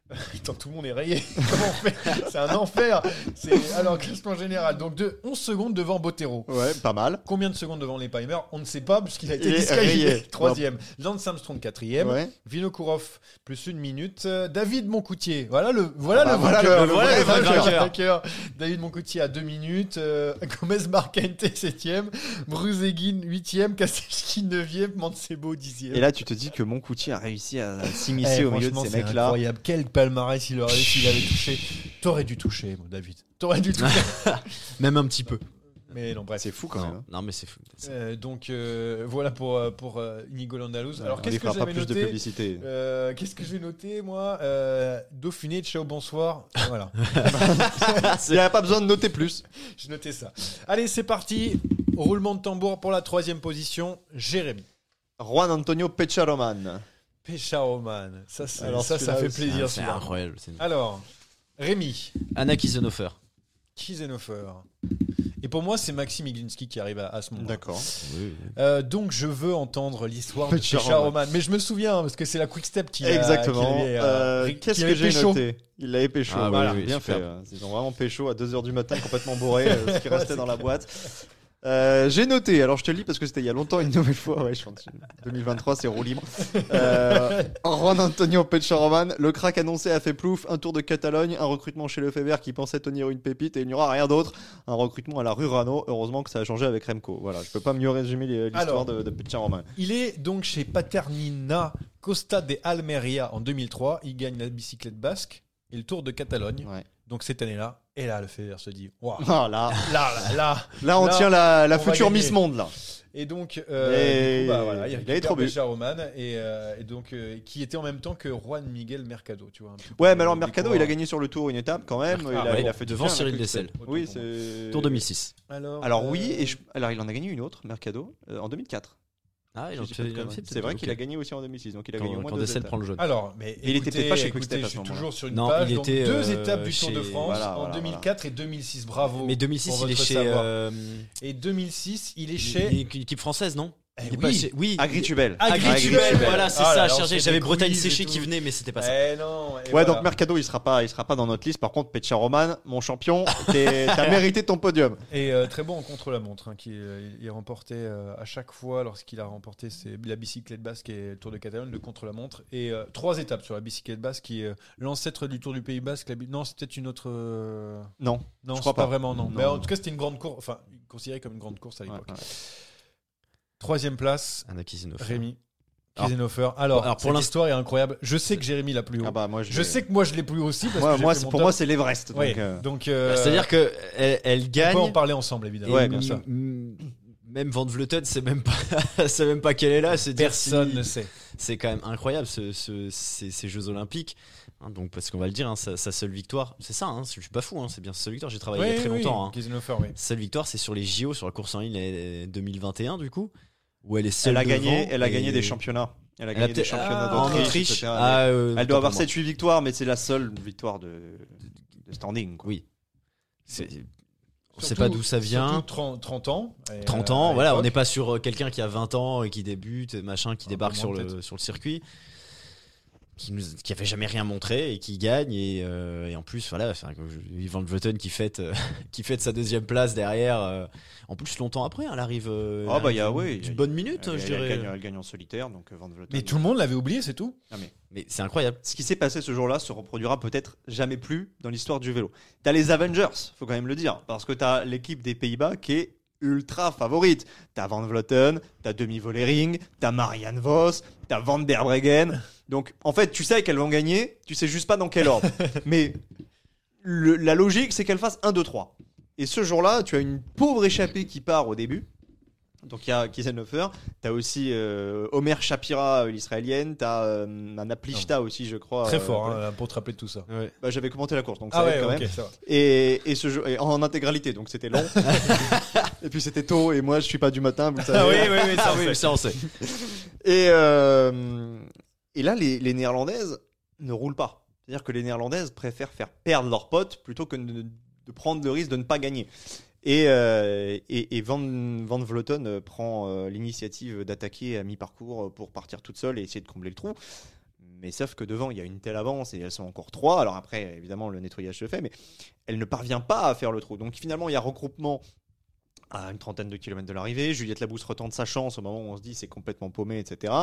Speaker 1: Attends, tout le monde est rayé. Comment on fait C'est un enfer. C'est- Alors classement général donc de 11 secondes devant Botero.
Speaker 2: Ouais, pas mal.
Speaker 1: Combien de secondes devant les Palmer On ne sait pas puisqu'il a été
Speaker 2: Il est
Speaker 1: disqualifié.
Speaker 2: rayé.
Speaker 1: Troisième. Lance Armstrong quatrième.
Speaker 2: Ouais.
Speaker 1: Vinokourov plus une minute. Euh, David Moncoutier, voilà le voilà
Speaker 2: Ah bah
Speaker 1: le
Speaker 2: voilà
Speaker 1: vainqueur,
Speaker 2: le- le
Speaker 1: voilà
Speaker 2: vrai
Speaker 1: le vainqueur,
Speaker 3: vainqueur.
Speaker 1: vainqueur. David Moncoutier à deux minutes. euh, Gomez Marquente septième, Bruzeguin huitième, Kasechkin neuvième, Mancebo dixième.
Speaker 2: Et là tu te dis que Moncoutier a réussi à
Speaker 1: Eh,
Speaker 2: s'immiscer au milieu de
Speaker 1: franchement,
Speaker 2: ces
Speaker 1: c'est
Speaker 2: mecs-là.
Speaker 1: Incroyable, quel palmarès il aurait s'il avait touché. T'aurais dû toucher, mon David. T'aurais dû toucher.
Speaker 3: Même un petit peu.
Speaker 1: Mais non, bref.
Speaker 2: C'est fou quand
Speaker 3: Non,
Speaker 2: même.
Speaker 3: non, mais c'est fou. C'est-
Speaker 1: Euh, donc euh, voilà pour euh, pour euh, Inigo Landalus. Alors
Speaker 2: On
Speaker 1: qu'est-ce
Speaker 2: lui
Speaker 1: que
Speaker 2: fera pas
Speaker 1: j'avais
Speaker 2: plus de
Speaker 1: noté
Speaker 2: publicité.
Speaker 1: Euh, Qu'est-ce que j'ai noté moi Euh, Dauphiné, ciao, bonsoir. Voilà.
Speaker 2: Ah, Il n'y a pas besoin de noter plus.
Speaker 1: Je notais ça. Allez, c'est parti. Roulement de tambour pour la troisième position. Jérémy.
Speaker 2: Juan Antonio Pecharoman.
Speaker 1: Pécharoman. Ça, c'est-
Speaker 2: Alors,
Speaker 1: ça, ça
Speaker 2: celui-là
Speaker 1: fait
Speaker 2: aussi. hein,
Speaker 1: plaisir.
Speaker 3: C'est
Speaker 1: celui-là.
Speaker 3: incroyable. c'est-
Speaker 1: Alors, Rémi.
Speaker 3: Anna Kisenhofer.
Speaker 1: Kisenhofer. Et pour moi, c'est Maxime Iglinski qui arrive à, à ce moment.
Speaker 2: D'accord.
Speaker 1: Euh, donc, je veux entendre l'histoire de
Speaker 2: Pécha
Speaker 1: Pécharoman. Mais je me souviens, hein, parce que c'est la quick step qui a-
Speaker 2: Exactement.
Speaker 1: qui avait, euh,
Speaker 2: Euh,
Speaker 1: ré-
Speaker 2: Qu'est-ce
Speaker 1: qui
Speaker 2: que
Speaker 1: avait
Speaker 2: j'ai
Speaker 1: pécho.
Speaker 2: noté Il l'avait pécho.
Speaker 3: Ah oui,
Speaker 2: voilà,
Speaker 3: oui,
Speaker 2: bien
Speaker 3: super.
Speaker 2: fait. euh, Ils ont vraiment pécho à 2h du matin, complètement bourré, euh, ce qui restait dans la boîte. Euh, j'ai noté, alors je te le lis parce que c'était il y a longtemps une nouvelle fois, ouais, je suis en dessus. 2023 c'est roue libre. Euh, Juan Antonio Pecharoman, le crack annoncé a fait plouf, un tour de Catalogne, un recrutement chez Lefebvre qui pensait tenir une pépite et il n'y aura rien d'autre, un recrutement à la Rurano, heureusement que ça a changé avec Remco. Voilà, je peux pas mieux résumer les-
Speaker 1: Alors.
Speaker 2: l'histoire de, de Pecharoman.
Speaker 1: Il est donc chez Paternina Costa de Almeria en 2003. Il gagne la bicyclette basque et le Tour de Catalogne.
Speaker 2: Ouais.
Speaker 1: Donc cette année-là, et là, le Federer se dit Waouh,
Speaker 2: Ah, là,
Speaker 1: là, là, là.
Speaker 2: là, on
Speaker 1: Là,
Speaker 2: tient la, la
Speaker 1: on va
Speaker 2: future
Speaker 1: gagner.
Speaker 2: Miss Monde, là.
Speaker 1: Et donc, euh,
Speaker 2: Et
Speaker 1: du coup, bah, voilà, il
Speaker 2: il
Speaker 1: récupère
Speaker 2: avait trop bu.
Speaker 1: Béjar Roman et, euh, et donc euh, qui était en même temps que Juan Miguel Mercado, tu vois. un petit
Speaker 2: Ouais,
Speaker 3: Euh,
Speaker 1: peu euh,
Speaker 2: mais alors
Speaker 1: le
Speaker 2: Mercado,
Speaker 1: découvert.
Speaker 2: il a gagné sur le tour une étape quand même. il, a,
Speaker 3: hein. Ah, ouais,
Speaker 2: il a fait du
Speaker 3: devant
Speaker 2: bien,
Speaker 3: Cyril
Speaker 2: la
Speaker 3: Dessel.
Speaker 2: Quickstep. Oui,
Speaker 1: Autant pour
Speaker 2: c'est.
Speaker 3: Tour 2006.
Speaker 1: Alors,
Speaker 2: Alors
Speaker 1: euh,
Speaker 2: oui, et je- alors il en a gagné une autre, Mercado, euh, en 2004.
Speaker 3: Ah,
Speaker 2: Si je dis pas de conneries. C'est vrai qu'il a gagné aussi en 2006, donc il a gagné au
Speaker 3: Quand,
Speaker 2: moins
Speaker 3: quand
Speaker 2: deux
Speaker 3: Dessel
Speaker 2: étapes.
Speaker 3: prend le jaune.
Speaker 1: Alors, mais
Speaker 2: Il était
Speaker 1: écoutez,
Speaker 2: peut-être pas chez
Speaker 1: écoutez,
Speaker 2: Quickstep à
Speaker 1: je
Speaker 2: ce
Speaker 1: suis
Speaker 2: moment-là.
Speaker 1: toujours sur une
Speaker 3: Non,
Speaker 1: page.
Speaker 3: il
Speaker 1: donc
Speaker 3: était,
Speaker 1: deux
Speaker 3: euh,
Speaker 1: étapes du Tour de
Speaker 3: chez-
Speaker 1: France
Speaker 2: Voilà,
Speaker 1: en
Speaker 2: voilà,
Speaker 1: 2004 et 2006. Bravo.
Speaker 3: mais 2006,
Speaker 1: pour
Speaker 3: il est
Speaker 1: votre
Speaker 3: chez.
Speaker 1: savoir.
Speaker 3: euh,
Speaker 1: Et 2006, il est
Speaker 3: il-
Speaker 1: chez.
Speaker 3: il est Équipe française, non
Speaker 1: Eh
Speaker 3: Il est Ah,
Speaker 1: oui.
Speaker 3: pas chez- Oui.
Speaker 2: Agritubel.
Speaker 1: Agritubel,
Speaker 3: Agrituel,
Speaker 1: Agrituel.
Speaker 3: voilà, c'est
Speaker 1: Ah là
Speaker 3: ça,
Speaker 1: là, on
Speaker 3: chercher.
Speaker 1: fait
Speaker 3: J'avais
Speaker 1: des
Speaker 3: Bretagne
Speaker 1: quiz et
Speaker 3: séchée
Speaker 1: tout.
Speaker 3: qui venait, mais c'était pas ça.
Speaker 1: Eh non. et
Speaker 2: Ouais,
Speaker 1: voilà.
Speaker 2: donc Mercado, il sera pas, il sera pas dans notre liste. Par contre, Pecha Roman, mon champion, t'es- t'as mérité ton podium.
Speaker 1: Et euh, très bon en contre-la-montre, hein, qui euh, il remportait euh, à chaque fois lorsqu'il a remporté ses- la bicyclette basque et le Tour de Catalogne, le contre-la-montre. Et euh, trois étapes sur la bicyclette basque, qui est euh, l'ancêtre du Tour du Pays Basque. la bi- non, c'était une autre. euh,
Speaker 2: Non.
Speaker 1: Non,
Speaker 2: Je
Speaker 1: c'est
Speaker 2: crois
Speaker 1: pas,
Speaker 2: pas.
Speaker 1: vraiment, non.
Speaker 2: Non,
Speaker 1: Mais en
Speaker 2: non.
Speaker 1: tout cas, c'était une grande course, enfin, considérée comme une grande course à
Speaker 2: Ouais,
Speaker 1: l'époque.
Speaker 2: ouais.
Speaker 1: Troisième place,
Speaker 3: Anna Kisenhofer.
Speaker 1: Rémi
Speaker 3: Alors-
Speaker 1: Kiesenhofer. Alors,
Speaker 3: alors, pour
Speaker 1: pour
Speaker 3: l'inst-
Speaker 1: l'histoire est incroyable. Je sais que Jérémy l'a plus haut.
Speaker 2: Ah bah moi, je.
Speaker 1: je sais que moi, je l'ai plus haut aussi. Parce
Speaker 2: Moi,
Speaker 1: que
Speaker 2: moi,
Speaker 1: j'ai fait
Speaker 2: c'est-
Speaker 1: mon
Speaker 2: pour
Speaker 1: top.
Speaker 2: moi, c'est l'Everest.
Speaker 1: Ouais,
Speaker 2: donc, euh,
Speaker 1: donc, euh,
Speaker 3: Bah, C'est-à-dire que elle, elle
Speaker 1: on
Speaker 3: gagne.
Speaker 1: peut en parler ensemble, évidemment.
Speaker 2: Ouais,
Speaker 3: et
Speaker 2: bien
Speaker 1: comme ça.
Speaker 3: m- m- Même Van Vleuten, c'est même pas, c'est même pas qu'elle est là. C'est dire
Speaker 1: Personne
Speaker 3: si-
Speaker 1: ne sait.
Speaker 3: C'est quand même incroyable ce- ce- ces, ces Jeux Olympiques. Hein, donc parce qu'on va le dire, hein, sa, sa seule victoire, c'est ça. hein, je suis pas fou. hein, c'est bien sa seule victoire. J'ai travaillé il y a
Speaker 1: Oui,
Speaker 3: très
Speaker 1: oui,
Speaker 3: longtemps. hein.
Speaker 1: Kiesenhofer, oui.
Speaker 3: Sa seule victoire, c'est sur les JO, sur la course en ligne euh, 2021 du coup, où elle est seule.
Speaker 2: Elle a
Speaker 3: devant
Speaker 2: gagné, elle a
Speaker 3: et-
Speaker 2: gagné des championnats. Elle
Speaker 3: Elle
Speaker 2: a
Speaker 3: a
Speaker 2: gagné des
Speaker 3: peut-être-
Speaker 2: championnats
Speaker 3: ah, en
Speaker 2: d'Autriche.
Speaker 3: Autriche.
Speaker 2: etc.
Speaker 3: Ah, euh,
Speaker 2: Elle
Speaker 3: autant
Speaker 2: doit avoir
Speaker 3: pour moi.
Speaker 2: 7-8 victoires, mais c'est la seule victoire de, de standing. quoi.
Speaker 3: Oui. C'est- On ne sait
Speaker 1: Surtout-
Speaker 3: pas d'où ça
Speaker 1: surtout
Speaker 3: vient.
Speaker 1: 30, 30 ans. et,
Speaker 3: 30
Speaker 1: euh,
Speaker 3: ans,
Speaker 1: à
Speaker 3: voilà, on
Speaker 1: l'époque.
Speaker 3: n'est pas sur euh, quelqu'un qui a 20 ans et qui débute, euh, machin,
Speaker 1: Un
Speaker 3: qui débarque
Speaker 1: peu
Speaker 3: sur
Speaker 1: moins,
Speaker 3: le,
Speaker 1: peut-être.
Speaker 3: sur le circuit, qui nous, qui avait jamais rien montré et qui gagne et, euh, et en plus voilà, enfin, comme je- Van Vleuten qui fête, euh, qui fête sa deuxième place derrière. euh, en plus longtemps après, hein, elle arrive. euh,
Speaker 2: Ah,
Speaker 3: elle
Speaker 2: bah,
Speaker 3: arrive
Speaker 2: y a-
Speaker 3: d'une-
Speaker 2: oui,
Speaker 3: d'une
Speaker 2: y a-
Speaker 3: bonne minute, hein,
Speaker 2: elle,
Speaker 3: je
Speaker 2: elle
Speaker 3: dirais.
Speaker 2: gagne, elle gagne en solitaire, donc euh, Van Vleuten.
Speaker 1: Mais tout le monde l'avait oublié, c'est tout.
Speaker 2: Non, mais
Speaker 3: Mais c'est incroyable.
Speaker 2: ce qui s'est passé ce jour-là se reproduira peut-être jamais plus dans l'histoire du vélo. T'as les Avengers, faut quand même le dire, parce que t'as l'équipe des Pays-Bas qui est ultra favorite. T'as Van Vleuten, t'as Demi Vollering, t'as Marianne Vos, t'as Van der Breggen. Donc en fait, tu sais qu'elles vont gagner, tu sais juste pas dans quel ordre. Mais le- la logique, c'est qu'elles fassent 1, 2, 3. Et ce jour-là, tu as une pauvre échappée qui part au début. Donc il y a Kiesenhofer, t'as aussi euh, Omer Shapira, euh, l'israélienne, t'as euh, un Aplishta aussi, je crois.
Speaker 1: Ah Très
Speaker 2: euh,
Speaker 1: fort hein, pour te rappeler de tout ça.
Speaker 2: bah, j'avais commenté la course, donc ça
Speaker 1: Ah
Speaker 2: aide
Speaker 1: ouais,
Speaker 2: quand
Speaker 1: ok,
Speaker 2: même.
Speaker 1: ça va.
Speaker 2: Et, et ce jeu, et en intégralité, donc c'était long. et puis c'était tôt, et moi je suis pas du matin, vous le savez.
Speaker 3: oui, ça, oui, Ah, ça on sait.
Speaker 2: Et, euh, et là, les, les Néerlandaises ne roulent pas. C'est-à-dire que les Néerlandaises préfèrent faire perdre leurs potes plutôt que de, de prendre le risque de ne pas gagner. Et, euh, et, et Van, Van Vleuten euh, prend euh, l'initiative d'attaquer à mi-parcours pour partir toute seule et essayer de combler le trou. Mais sauf que devant, il y a une telle avance et elles sont encore trois. Alors après, évidemment, le nettoyage se fait, mais elle ne parvient pas à faire le trou. Donc finalement, il y a regroupement à une trentaine de kilomètres de l'arrivée. Juliette Labousse retente sa chance au moment où on se dit c'est complètement paumé, etc.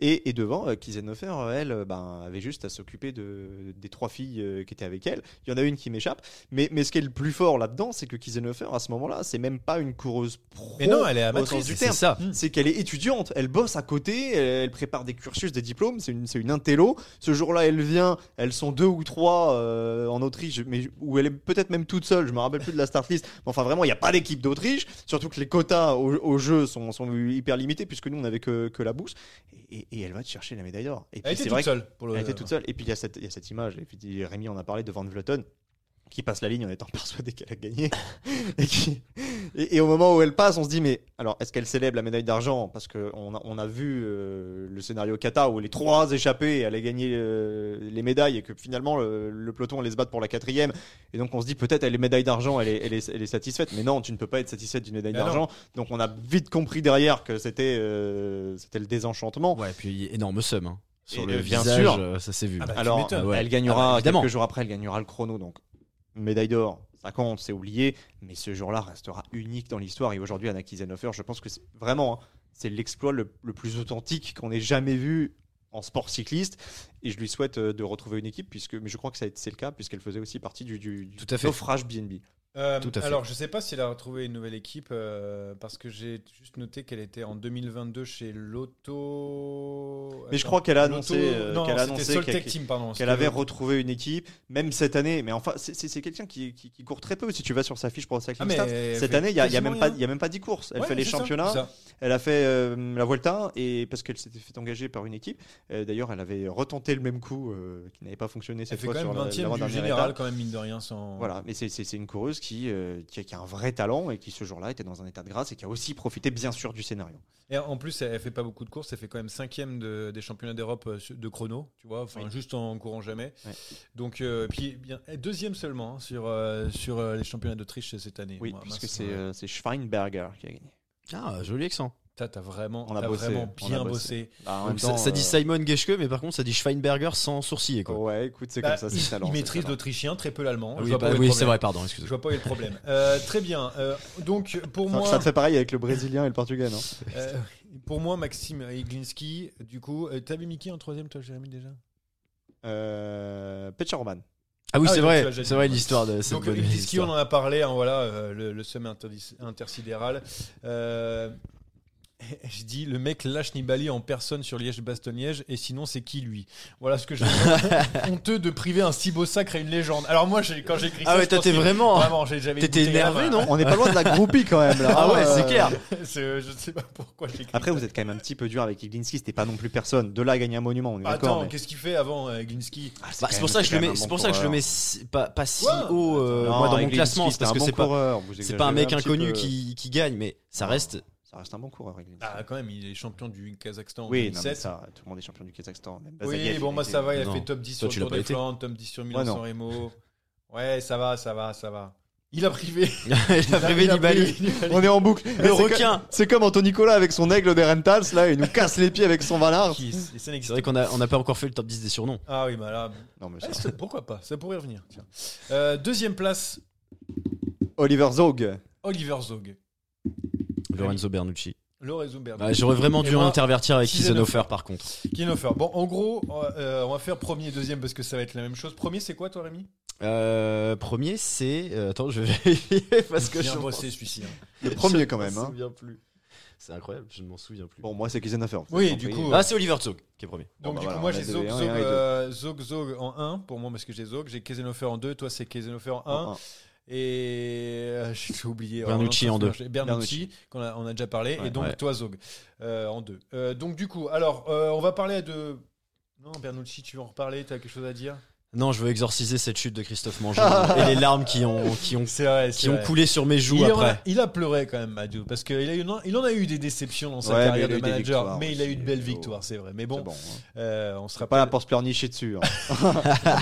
Speaker 2: Et, et devant, euh, Kiesenhofer, euh, elle, euh, ben, avait juste à s'occuper de, des trois filles euh, qui étaient avec elle. Il y en a une qui m'échappe. Mais, mais ce qui est le plus fort là-dedans, c'est que Kiesenhofer, à ce moment-là, c'est même pas une coureuse pro.
Speaker 1: Mais non, elle est
Speaker 2: au
Speaker 1: amatrice,
Speaker 2: sens du
Speaker 3: C'est
Speaker 2: terme
Speaker 3: ça.
Speaker 1: Mm.
Speaker 2: c'est qu'elle est étudiante, elle bosse à côté, elle, elle prépare des cursus, des diplômes, c'est une, c'est une intello. Ce jour-là, elle vient, elles sont deux ou trois euh, en Autriche, mais où elle est peut-être même toute seule, je me rappelle plus de la start list. Mais enfin, vraiment, il n'y a pas d'équipe d'Autriche, surtout que les quotas au, au jeu sont, sont hyper limités, puisque nous, on n'avait que, que la bourse. Et, et elle va te chercher la médaille d'or. Et
Speaker 1: Elle
Speaker 2: puis,
Speaker 1: était
Speaker 2: c'est
Speaker 1: toute
Speaker 2: vrai
Speaker 1: seule. pour le-
Speaker 2: elle était toute seule. Et puis il y a cette, il y a cette image. Et puis Rémi en a parlé de Van Vleuten qui passe la ligne en étant persuadé qu'elle a gagné. et, qui- et- et au moment où elle passe, on se dit mais alors est-ce qu'elle célèbre la médaille d'argent Parce qu'on a, on a vu euh, le scénario Kata où les trois échappés allaient gagner euh, les médailles et que finalement le, le peloton allait se battre pour la quatrième. Et donc on se dit peut-être elle est médaille d'argent, elle est, elle, est, elle est satisfaite. Mais non, tu ne peux pas être satisfaite d'une médaille
Speaker 1: Ah non.
Speaker 2: d'argent. Donc on a vite compris derrière que c'était euh, c'était le désenchantement.
Speaker 3: Ouais, et puis énorme somme. hein. Sur
Speaker 2: Et,
Speaker 3: le
Speaker 2: euh, bien
Speaker 3: visage,
Speaker 2: sûr.
Speaker 3: euh, ça s'est vu.
Speaker 1: Ah bah, tu
Speaker 2: Alors,
Speaker 1: m'étonnes.
Speaker 3: ah ouais.
Speaker 2: elle gagnera,
Speaker 1: bah,
Speaker 3: Ah, évidemment.
Speaker 2: quelques jours après, elle gagnera le chrono. Donc, médaille d'or, ça compte, c'est oublié. Mais ce jour-là restera unique dans l'histoire. Et aujourd'hui, Anna Kiesenhofer, je pense que c'est vraiment, hein, c'est l'exploit le, le plus authentique qu'on ait jamais vu en sport cycliste. Et je lui souhaite euh, de retrouver une équipe, puisque mais je crois que ça a été- c'est le cas, puisqu'elle faisait aussi partie du, du- du
Speaker 3: Tout à fait.
Speaker 2: naufrage BNB.
Speaker 1: Euh,
Speaker 3: Tout à fait.
Speaker 1: Alors, je sais pas s'il a retrouvé une nouvelle équipe euh, parce que j'ai juste noté qu'elle était en 2022 chez Lotto.
Speaker 2: Mais je
Speaker 1: Attends,
Speaker 2: crois qu'elle a
Speaker 1: Lotto-
Speaker 2: annoncé, euh,
Speaker 1: non,
Speaker 2: qu'elle a
Speaker 1: c'était
Speaker 2: annoncé
Speaker 1: Soltec
Speaker 2: qu'elle-
Speaker 1: Team, pardon.
Speaker 2: qu'elle
Speaker 1: c'était
Speaker 2: avait
Speaker 1: Lotto.
Speaker 2: retrouvé une équipe, même cette année. Mais enfin, c'est- c'est c'est quelqu'un qui, qui- qui court très peu. Si tu vas sur sa fiche pour sa
Speaker 1: Ah, mais
Speaker 2: Stats,
Speaker 1: elle
Speaker 2: cette
Speaker 1: fait
Speaker 2: année, il n'y a, il y a
Speaker 1: quasiment
Speaker 2: même pas-
Speaker 1: rien.
Speaker 2: il y a même pas 10 courses. Elle
Speaker 1: Ouais,
Speaker 2: fait les
Speaker 1: c'est ça,
Speaker 2: championnats,
Speaker 1: c'est ça.
Speaker 2: elle a fait euh, la Vuelta, et parce qu'elle s'était fait engager par une équipe. Euh, D'ailleurs, elle avait retenté le même coup euh, qui n'avait pas fonctionné
Speaker 1: Elle
Speaker 2: cette
Speaker 1: fait
Speaker 2: fois
Speaker 1: quand même
Speaker 2: sur la-
Speaker 1: 20ème du
Speaker 2: l'avant-dernière
Speaker 1: général,
Speaker 2: étape.
Speaker 1: quand même, mine de rien. Sans...
Speaker 2: Voilà, mais c'est- c'est c'est une coureuse qui, euh, qui, a, qui a un vrai talent et qui ce jour-là était dans un état de grâce et qui a aussi profité bien sûr du scénario.
Speaker 1: Et en plus, elle, elle fait pas beaucoup de courses. Elle fait quand même 5ème de, des championnats d'Europe euh, su- de chrono, tu vois, enfin,
Speaker 2: Oui.
Speaker 1: juste en courant jamais.
Speaker 2: Ouais.
Speaker 1: Donc, euh, puis, bien, elle est deuxième seulement hein, sur, euh, sur euh, les championnats d'Autriche cette année.
Speaker 2: Oui,
Speaker 1: Moi,
Speaker 2: puisque
Speaker 1: mince,
Speaker 2: c'est
Speaker 1: ouais.
Speaker 2: euh, c'est Schweinberger qui a gagné.
Speaker 3: Ah, joli accent.
Speaker 1: T'as t'as vraiment,
Speaker 2: On a
Speaker 1: t'as
Speaker 2: bossé,
Speaker 1: vraiment
Speaker 2: on a
Speaker 1: bien bossé.
Speaker 2: Bah, en
Speaker 3: Donc
Speaker 2: même
Speaker 3: ça,
Speaker 2: temps,
Speaker 3: ça dit
Speaker 2: euh,
Speaker 3: Simon Geschke, mais par contre, ça dit Schweinberger sans sourciller, quoi.
Speaker 2: Ouais, écoute, c'est
Speaker 1: Bah,
Speaker 2: comme ça, c'est
Speaker 1: il-
Speaker 2: le talent.
Speaker 1: il
Speaker 2: c'est le
Speaker 1: maîtrise
Speaker 2: talent.
Speaker 1: l'autrichien, très peu l'allemand.
Speaker 3: Ah
Speaker 1: Je
Speaker 3: oui,
Speaker 1: vois pas
Speaker 3: bah
Speaker 1: où est le
Speaker 3: oui, c'est
Speaker 1: problème.
Speaker 3: vrai, pardon,
Speaker 1: Je
Speaker 3: excusez-moi.
Speaker 1: vois pas où est le problème. Euh, très bien. Euh, donc pour
Speaker 2: Ça-
Speaker 1: moi,
Speaker 2: Ça te fait pareil avec le Brésilien et le Portugais, non
Speaker 1: euh, pour moi, Maxime Iglinski, du coup, euh, t'avais mis qui en troisième, toi, Jérémy déjà
Speaker 2: euh, Petcharoman.
Speaker 3: Ah oui,
Speaker 1: Ah
Speaker 3: c'est
Speaker 1: oui, tu l'as
Speaker 3: vrai,
Speaker 1: déjà
Speaker 3: c'est
Speaker 1: dit,
Speaker 3: vrai
Speaker 1: ouais.
Speaker 3: l'histoire de cette
Speaker 1: Donc
Speaker 3: bonne
Speaker 1: Iglinski, on
Speaker 3: histoire.
Speaker 1: en a parlé. hein, voilà, euh, le, le sommet interdis- intersidéral. Euh, je dis, le mec lâche Nibali en personne sur Liège-Bastogne-Liège, et sinon, c'est qui lui Voilà ce que je Honteux de priver un si beau sacre à une légende. Alors, moi, j'ai- quand j'ai écrit
Speaker 3: Ah
Speaker 1: ça,
Speaker 3: ouais,
Speaker 1: je
Speaker 3: toi, t'es
Speaker 1: pensais-
Speaker 3: vraiment.
Speaker 1: Vraiment, j'ai- j'avais
Speaker 3: T'étais
Speaker 1: goûté la main.
Speaker 3: énervé, non
Speaker 2: On n'est pas loin de la groupie quand même. Là,
Speaker 3: Ah ouais,
Speaker 2: hein,
Speaker 3: c'est
Speaker 2: euh,
Speaker 3: clair.
Speaker 1: C'est- Je sais pas pourquoi j'ai écrit
Speaker 2: Après,
Speaker 1: ça.
Speaker 2: vous êtes quand même un petit peu dur avec Iglinski, c'était pas non plus personne. De là à gagner un monument, on est d'accord.
Speaker 1: Attends,
Speaker 2: mais-
Speaker 1: qu'est-ce qu'il fait avant euh, Glinski
Speaker 2: Ah,
Speaker 3: Bah,
Speaker 2: quand
Speaker 3: c'est
Speaker 2: même-
Speaker 3: pour ça que je
Speaker 2: quand
Speaker 3: le
Speaker 2: même
Speaker 3: mets,
Speaker 2: un
Speaker 3: c'est
Speaker 2: bon
Speaker 3: pour ça que je le
Speaker 2: coureur.
Speaker 3: mets si- pas, pas si
Speaker 1: Ouais.
Speaker 3: haut euh,
Speaker 2: Non,
Speaker 3: moi dans mon
Speaker 2: Iglinski,
Speaker 3: classement, c'est
Speaker 2: c'était
Speaker 3: parce
Speaker 2: un
Speaker 3: que
Speaker 2: bon
Speaker 3: c'est pas,
Speaker 2: coureur, vous
Speaker 3: c'est pas un
Speaker 2: exagérez
Speaker 3: mec
Speaker 2: petit
Speaker 3: inconnu
Speaker 2: peu.
Speaker 3: qui, qui gagne, mais ça
Speaker 2: Non.
Speaker 3: reste.
Speaker 2: Ça reste un bon coureur, Iglinski.
Speaker 1: Ah, quand même, il est champion du Kazakhstan en
Speaker 2: oui, non, mais
Speaker 1: 2007.
Speaker 2: ça, tout le monde est champion du Kazakhstan. Même
Speaker 1: oui,
Speaker 2: Basayev,
Speaker 1: bon,
Speaker 2: il
Speaker 1: moi
Speaker 2: était-
Speaker 1: ça va, il a
Speaker 3: Non.
Speaker 1: fait top 10
Speaker 3: Toi, tu
Speaker 1: sur le
Speaker 3: l'as
Speaker 1: Tour des
Speaker 3: pas été.
Speaker 1: Flandres, top 10 sur Milan
Speaker 2: non.
Speaker 1: San Remo. Ouais, ça va, ça va, ça va. Il a privé.
Speaker 3: Il a rêvé
Speaker 1: il a
Speaker 3: Nibali.
Speaker 1: privé Nibali.
Speaker 2: On est en boucle.
Speaker 3: Le requin.
Speaker 2: C'est comme Anthony Nicolas avec son aigle des Rentals, là, il nous casse les pieds avec son valard.
Speaker 1: Qui- et ça n'existe
Speaker 3: C'est vrai qu'on a, on a pas encore fait le top 10 des surnoms.
Speaker 1: pas. Ah oui, bah là.
Speaker 2: Non, mais
Speaker 1: Ouais,
Speaker 2: ça-
Speaker 1: c'est- pourquoi pas Ça pourrait revenir. tiens. Euh, deuxième place,
Speaker 2: Oliver Zog.
Speaker 1: Oliver Zog.
Speaker 3: Lorenzo Bernucci.
Speaker 1: Lorenzo Berger.
Speaker 3: Bah, J'aurais vraiment dû
Speaker 1: Et
Speaker 3: en
Speaker 1: moi,
Speaker 3: intervertir avec
Speaker 1: sixième
Speaker 3: Kisenhofer par contre.
Speaker 1: Kienhofer. Eh ben, Bon, en gros, euh, on va faire premier et deuxième parce que ça va être la même chose. Premier, c'est quoi toi, Rémi
Speaker 3: Euh, premier, c'est. euh, attends, je vais vérifier parce que
Speaker 1: Bien
Speaker 3: je.
Speaker 1: bossé, celui-ci. hein.
Speaker 2: Le premier, quand
Speaker 3: Je
Speaker 2: même.
Speaker 3: m'en
Speaker 2: hein.
Speaker 3: souviens plus. C'est incroyable, je ne m'en souviens plus.
Speaker 2: Bon, moi, c'est Kisenhofer. vous
Speaker 1: Oui,
Speaker 2: avez
Speaker 1: du
Speaker 2: compris.
Speaker 1: coup,
Speaker 3: Ah, c'est Oliver Tsog qui est premier.
Speaker 1: Donc,
Speaker 2: Bon,
Speaker 1: du
Speaker 2: bah
Speaker 1: coup,
Speaker 2: voilà,
Speaker 1: moi,
Speaker 2: on a
Speaker 1: j'ai
Speaker 2: deux,
Speaker 1: Zog,
Speaker 2: un et
Speaker 1: Zog,
Speaker 2: un et deux.
Speaker 1: euh, Zog, Zog en 1, pour moi, parce que j'ai Zog, j'ai Kesenhofer en 2, toi, c'est Kesenhofer en 1,
Speaker 2: Un, un.
Speaker 1: et euh, j'ai j'ai oublié.
Speaker 3: Bernucci
Speaker 1: Oh, non,
Speaker 3: en deux.
Speaker 1: j'ai- Bernucci, qu'on a, on a déjà parlé,
Speaker 2: Ouais.
Speaker 1: et donc
Speaker 3: Ouais.
Speaker 1: toi, Zog, euh, en 2. donc, du coup, alors, euh, on va parler de. Non, Bernucci, tu veux en reparler, tu as quelque chose à dire
Speaker 3: Non, je veux exorciser cette chute de Christophe Mangin et les larmes qui ont, qui ont,
Speaker 1: C'est vrai,
Speaker 3: qui ont coulé sur mes joues
Speaker 1: Il en, a,
Speaker 3: après.
Speaker 1: il a pleuré quand même, Madou, parce qu'il a eu- non, il en a eu des déceptions dans sa
Speaker 2: Ouais, mais
Speaker 1: carrière
Speaker 2: il a
Speaker 1: de
Speaker 2: eu des
Speaker 1: manager,
Speaker 2: victoires
Speaker 1: mais il a eu
Speaker 2: aussi,
Speaker 1: de belles
Speaker 2: Théo.
Speaker 1: victoires, c'est vrai. Mais
Speaker 2: C'est
Speaker 1: bon,
Speaker 2: bon. hein.
Speaker 1: euh, on se
Speaker 2: Pas
Speaker 1: rappelle.
Speaker 2: la porte pleurnicher dessus. hein.
Speaker 3: Ah,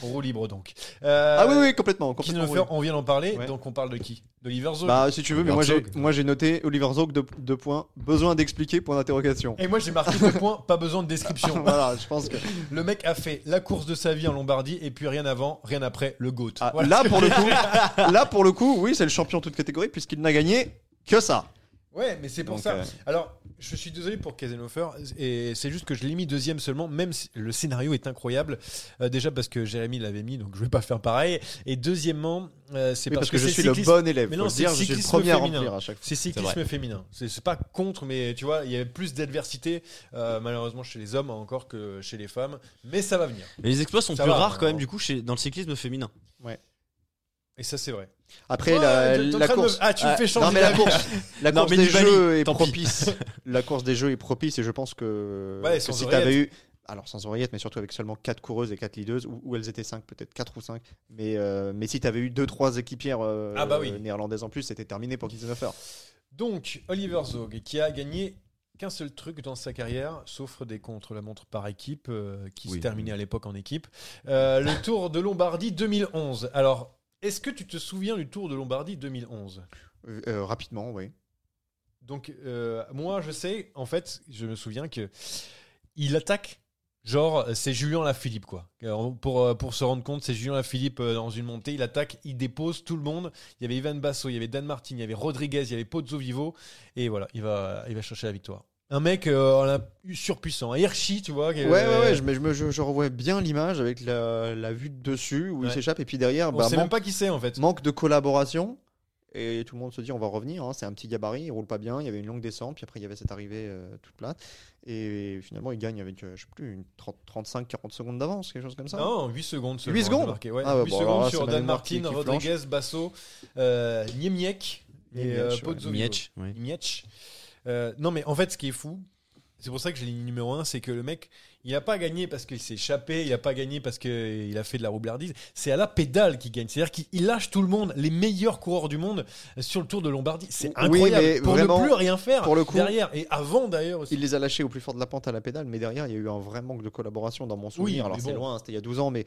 Speaker 1: Roue libre donc. Euh,
Speaker 2: Ah oui, oui, complètement.
Speaker 1: Qui
Speaker 2: complètement
Speaker 1: ne
Speaker 2: oui.
Speaker 1: fait- on vient d'en parler,
Speaker 2: Ouais.
Speaker 1: donc on parle de qui D'Oliver Zog.
Speaker 2: Bah, si tu veux, mais moi, j'ai,
Speaker 3: Oliver Zog.
Speaker 2: moi, j'ai noté Oliver Zog, deux, deux points. Besoin d'expliquer, point d'interrogation.
Speaker 1: Et moi j'ai marqué deux points, pas besoin de description.
Speaker 2: voilà, je pense que.
Speaker 1: Le mec a fait la course de sa vie en Lombardie et puis rien avant, rien après, le GOAT.
Speaker 2: Ah,
Speaker 1: Voilà.
Speaker 2: Là, pour le coup, là, pour le coup, oui, c'est le champion toute catégorie, puisqu'il n'a gagné que ça.
Speaker 1: Ouais, mais c'est pour
Speaker 2: Donc,
Speaker 1: ça.
Speaker 2: euh,
Speaker 1: Alors, je suis désolé pour Kazenhofer, et c'est juste que je l'ai mis deuxième seulement, même si le scénario est incroyable. Euh, déjà parce que Jérémy l'avait mis, donc je vais pas faire pareil. Et deuxièmement, euh, c'est
Speaker 2: Oui,
Speaker 1: parce,
Speaker 2: parce que, je
Speaker 1: c'est
Speaker 2: suis
Speaker 1: cycliste-
Speaker 2: le bon élève.
Speaker 1: Mais
Speaker 2: faut
Speaker 1: non,
Speaker 2: le
Speaker 1: c'est
Speaker 2: dire, je suis le
Speaker 1: cyclisme
Speaker 2: premier à
Speaker 1: féminin.
Speaker 2: remplir à chaque fois.
Speaker 1: C'est cyclisme
Speaker 3: vrai.
Speaker 1: féminin. C'est c'est pas contre, mais tu vois, il y avait plus d'adversité, euh, malheureusement, chez les hommes encore que chez les femmes. Mais ça va venir.
Speaker 3: Mais les exploits sont
Speaker 1: Ça
Speaker 3: plus
Speaker 1: va,
Speaker 3: rares quand
Speaker 1: on-
Speaker 3: même, du coup, chez, dans le cyclisme féminin.
Speaker 1: Et ça, c'est vrai.
Speaker 2: Après,
Speaker 1: Oh,
Speaker 2: la,
Speaker 1: t'es- t'es en
Speaker 2: la
Speaker 1: train de me-
Speaker 2: course.
Speaker 1: Ah, tu me
Speaker 3: Ah,
Speaker 1: fais changer
Speaker 2: Non, mais la
Speaker 1: d'avis.
Speaker 2: course, la
Speaker 3: Non,
Speaker 2: course
Speaker 3: mais
Speaker 2: des
Speaker 3: Nibali,
Speaker 2: jeux est
Speaker 3: tant pis.
Speaker 2: propice. la course des jeux est propice et je pense que,
Speaker 1: Ouais,
Speaker 2: que
Speaker 1: sans
Speaker 2: si tu
Speaker 1: oreillette.
Speaker 2: avais eu. Alors sans oreillette, mais surtout avec seulement 4 coureuses et 4 leaders, ou, ou elles étaient 5, peut-être 4 ou 5. Mais, euh, mais si tu avais eu 2-3 équipières euh,
Speaker 1: Ah bah oui.
Speaker 2: néerlandaises en plus, c'était terminé pour Kisenhofer.
Speaker 1: Donc, Oliver Zog, qui a gagné qu'un seul truc dans sa carrière, sauf des contre-la-montre par équipe, euh, qui se
Speaker 3: Oui.
Speaker 1: terminait à l'époque en équipe, Euh, le Tour de Lombardie 2011. Alors, est-ce que tu te souviens du Tour de Lombardie 2011
Speaker 2: Euh, euh, rapidement, oui.
Speaker 1: Donc, euh, moi, je sais, en fait, je me souviens que il attaque. Genre, euh, c'est Julien Lafilippe, quoi. Euh, Pour, euh, pour se rendre compte, c'est Julien Lafilippe euh, dans une montée. Il attaque, il dépose tout le monde. Il y avait Ivan Basso, il y avait Dan Martin, il y avait Rodriguez, il y avait Pozzo Vivo. Et voilà, il va, il va chercher la victoire. un mec euh, un- surpuissant, un Hirschi, tu vois. qui-
Speaker 2: Ouais, ouais, ouais, je, mais je, me- je- je revois bien l'image avec la, la vue de dessus où il
Speaker 1: Ouais.
Speaker 2: s'échappe et puis derrière,
Speaker 1: On
Speaker 2: bah,
Speaker 1: sait
Speaker 2: manque,
Speaker 1: même pas qui c'est en fait.
Speaker 2: manque de collaboration. Et tout le monde se dit, on va revenir. hein, C'est un petit gabarit, il roule pas bien. Il y avait une longue descente, puis après, il y avait cette arrivée euh, toute plate. Et finalement, il gagne avec, euh, je sais plus, une 35-40 secondes d'avance, quelque chose comme ça.
Speaker 1: Non, 8 secondes. seulement,
Speaker 2: Huit
Speaker 1: j'ai
Speaker 2: secondes
Speaker 1: marqué, ouais.
Speaker 2: Ah ouais,
Speaker 1: Huit
Speaker 2: bon,
Speaker 1: secondes
Speaker 2: alors là, c'est
Speaker 1: sur
Speaker 2: ma
Speaker 1: Dan
Speaker 2: mémoire
Speaker 1: Martin,
Speaker 2: qui- qui flanche.
Speaker 1: Rodriguez, Basso, euh, Niemiec et
Speaker 2: Niemiec,
Speaker 1: euh,
Speaker 2: ouais.
Speaker 1: Pozzolo.
Speaker 3: Mietch, ouais.
Speaker 1: Niemiec. Euh, non, mais en fait, ce qui est fou, c'est pour ça que j'ai mis numéro 1, c'est que le mec, il n'a pas gagné parce qu'il s'est échappé, il n'a pas gagné parce qu'il a fait de la roublardise. C'est à la pédale qu'il gagne. C'est-à-dire qu'il lâche tout le monde, les meilleurs coureurs du monde, sur le Tour de Lombardie. C'est
Speaker 2: Oui,
Speaker 1: incroyable.
Speaker 2: mais
Speaker 1: pour
Speaker 2: vraiment,
Speaker 1: ne plus rien faire
Speaker 2: pour le coup,
Speaker 1: derrière et avant d'ailleurs aussi.
Speaker 2: Il les a lâchés au plus fort de la pente à la pédale, mais derrière, il y a eu un vrai manque de collaboration dans mon souvenir.
Speaker 1: mais
Speaker 2: Alors, c'est
Speaker 1: bon.
Speaker 2: loin, c'était il y a 12 ans, mais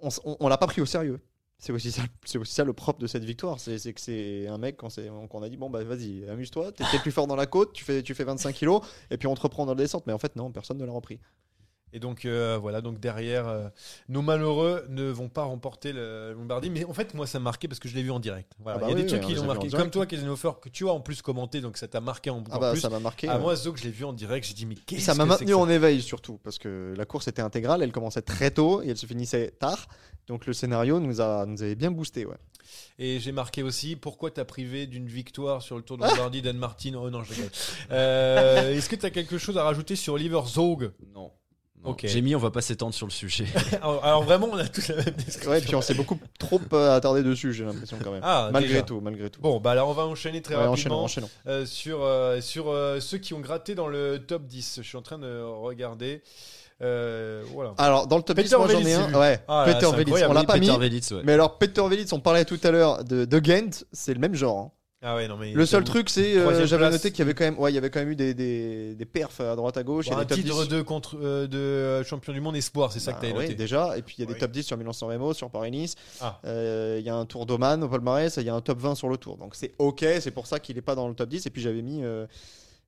Speaker 2: on, s- on- on l'a pas pris au sérieux. C'est aussi, ça, c'est aussi ça le propre de cette victoire. C'est c'est que c'est un mec qu'on s'est- qu'on a dit bon, bah vas-y, amuse-toi, t'es t'es plus fort dans la côte, tu fais, tu fais 25 kilos, et puis on te reprend dans la descente. Mais en fait, non, personne ne l'a repris.
Speaker 1: Et donc euh, voilà, donc derrière, euh, nos malheureux ne vont pas remporter le Lombardie. Mais en fait, moi, ça m'a marqué parce que je l'ai vu en direct. Voilà,
Speaker 2: Ah bah
Speaker 1: il y a
Speaker 2: oui,
Speaker 1: des trucs
Speaker 2: oui, on
Speaker 1: qui
Speaker 2: les a
Speaker 1: l'ont
Speaker 2: vus en
Speaker 1: marqué.
Speaker 2: direct.
Speaker 1: Comme toi, Kézenofer, que tu as en plus commenté, donc ça t'a marqué en,
Speaker 2: Ah
Speaker 1: en
Speaker 2: bah,
Speaker 1: plus.
Speaker 2: ça m'a marqué.
Speaker 1: à
Speaker 2: ouais.
Speaker 1: moi, Zo, que je l'ai vu en direct, j'ai dit, mais
Speaker 2: Et
Speaker 1: qu'est-ce
Speaker 2: ça
Speaker 1: que
Speaker 2: m'a
Speaker 1: c'est
Speaker 2: maintenu
Speaker 1: que ça
Speaker 2: en éveil surtout, parce que la course était intégrale, elle commençait très tôt et elle se finissait tard. Donc le scénario nous, a, nous avait bien boosté. Ouais.
Speaker 1: Et j'ai marqué aussi, pourquoi t'as privé d'une victoire sur le Tour de
Speaker 2: Ah.
Speaker 1: Lombardie d'Anne Martin Oh non, je rigole. Euh, Est-ce que t'as quelque chose à rajouter sur Oliver Zog
Speaker 3: Non. Non.
Speaker 1: Ok.
Speaker 3: J'ai mis, on va pas s'étendre sur le sujet.
Speaker 1: alors, alors vraiment, on a tous la même description.
Speaker 2: Ouais, puis on s'est beaucoup trop euh, attardé dessus, j'ai l'impression quand même.
Speaker 1: Ah,
Speaker 2: malgré
Speaker 1: déjà.
Speaker 2: tout, malgré tout.
Speaker 1: Bon, bah alors on va enchaîner très
Speaker 2: Ouais,
Speaker 1: rapidement.
Speaker 2: enchaînons, enchaînons.
Speaker 1: Euh, sur, euh, sur euh, ceux qui ont gratté dans le top 10. Je suis en train de regarder. Euh, voilà.
Speaker 2: Alors, dans le top
Speaker 1: Peter
Speaker 2: 10, moi j'en ai
Speaker 1: Vélitz,
Speaker 2: un.
Speaker 1: j'ai vu.
Speaker 2: Ouais,
Speaker 1: Ah là,
Speaker 2: Ah, Peter
Speaker 1: c'est
Speaker 2: Vélitz, on
Speaker 1: incroyable,
Speaker 2: l'a
Speaker 3: Oui,
Speaker 2: pas
Speaker 3: Peter
Speaker 2: mis.
Speaker 3: Vélitz, ouais.
Speaker 2: Mais alors, Peter Vélitz, on parlait tout à l'heure de, de Ghent, c'est le même genre. hein.
Speaker 1: Ah ouais, non, mais
Speaker 2: Le seul truc, c'est. euh,
Speaker 1: troisième
Speaker 2: J'avais
Speaker 1: place.
Speaker 2: noté qu'il y avait quand même, ouais, il y avait quand même eu des, des, des perfs à droite à gauche.
Speaker 1: Bon,
Speaker 2: et
Speaker 1: Bah, un
Speaker 2: des top
Speaker 1: titre
Speaker 2: 10.
Speaker 1: de, contre, euh, de euh, champion du monde espoir, c'est ça que
Speaker 2: Bah
Speaker 1: t'avais
Speaker 2: ouais,
Speaker 1: noté.
Speaker 2: déjà. Et puis il y a
Speaker 1: Oui.
Speaker 2: des top 10 sur Milan-San Remo, sur Paris-Nice. Euh,
Speaker 1: Ah.
Speaker 2: Il y a un tour d'Oman au palmarès et il y a un top 20 sur le tour. Donc c'est ok, c'est pour ça qu'il n'est pas dans le top 10. Et puis j'avais mis, euh,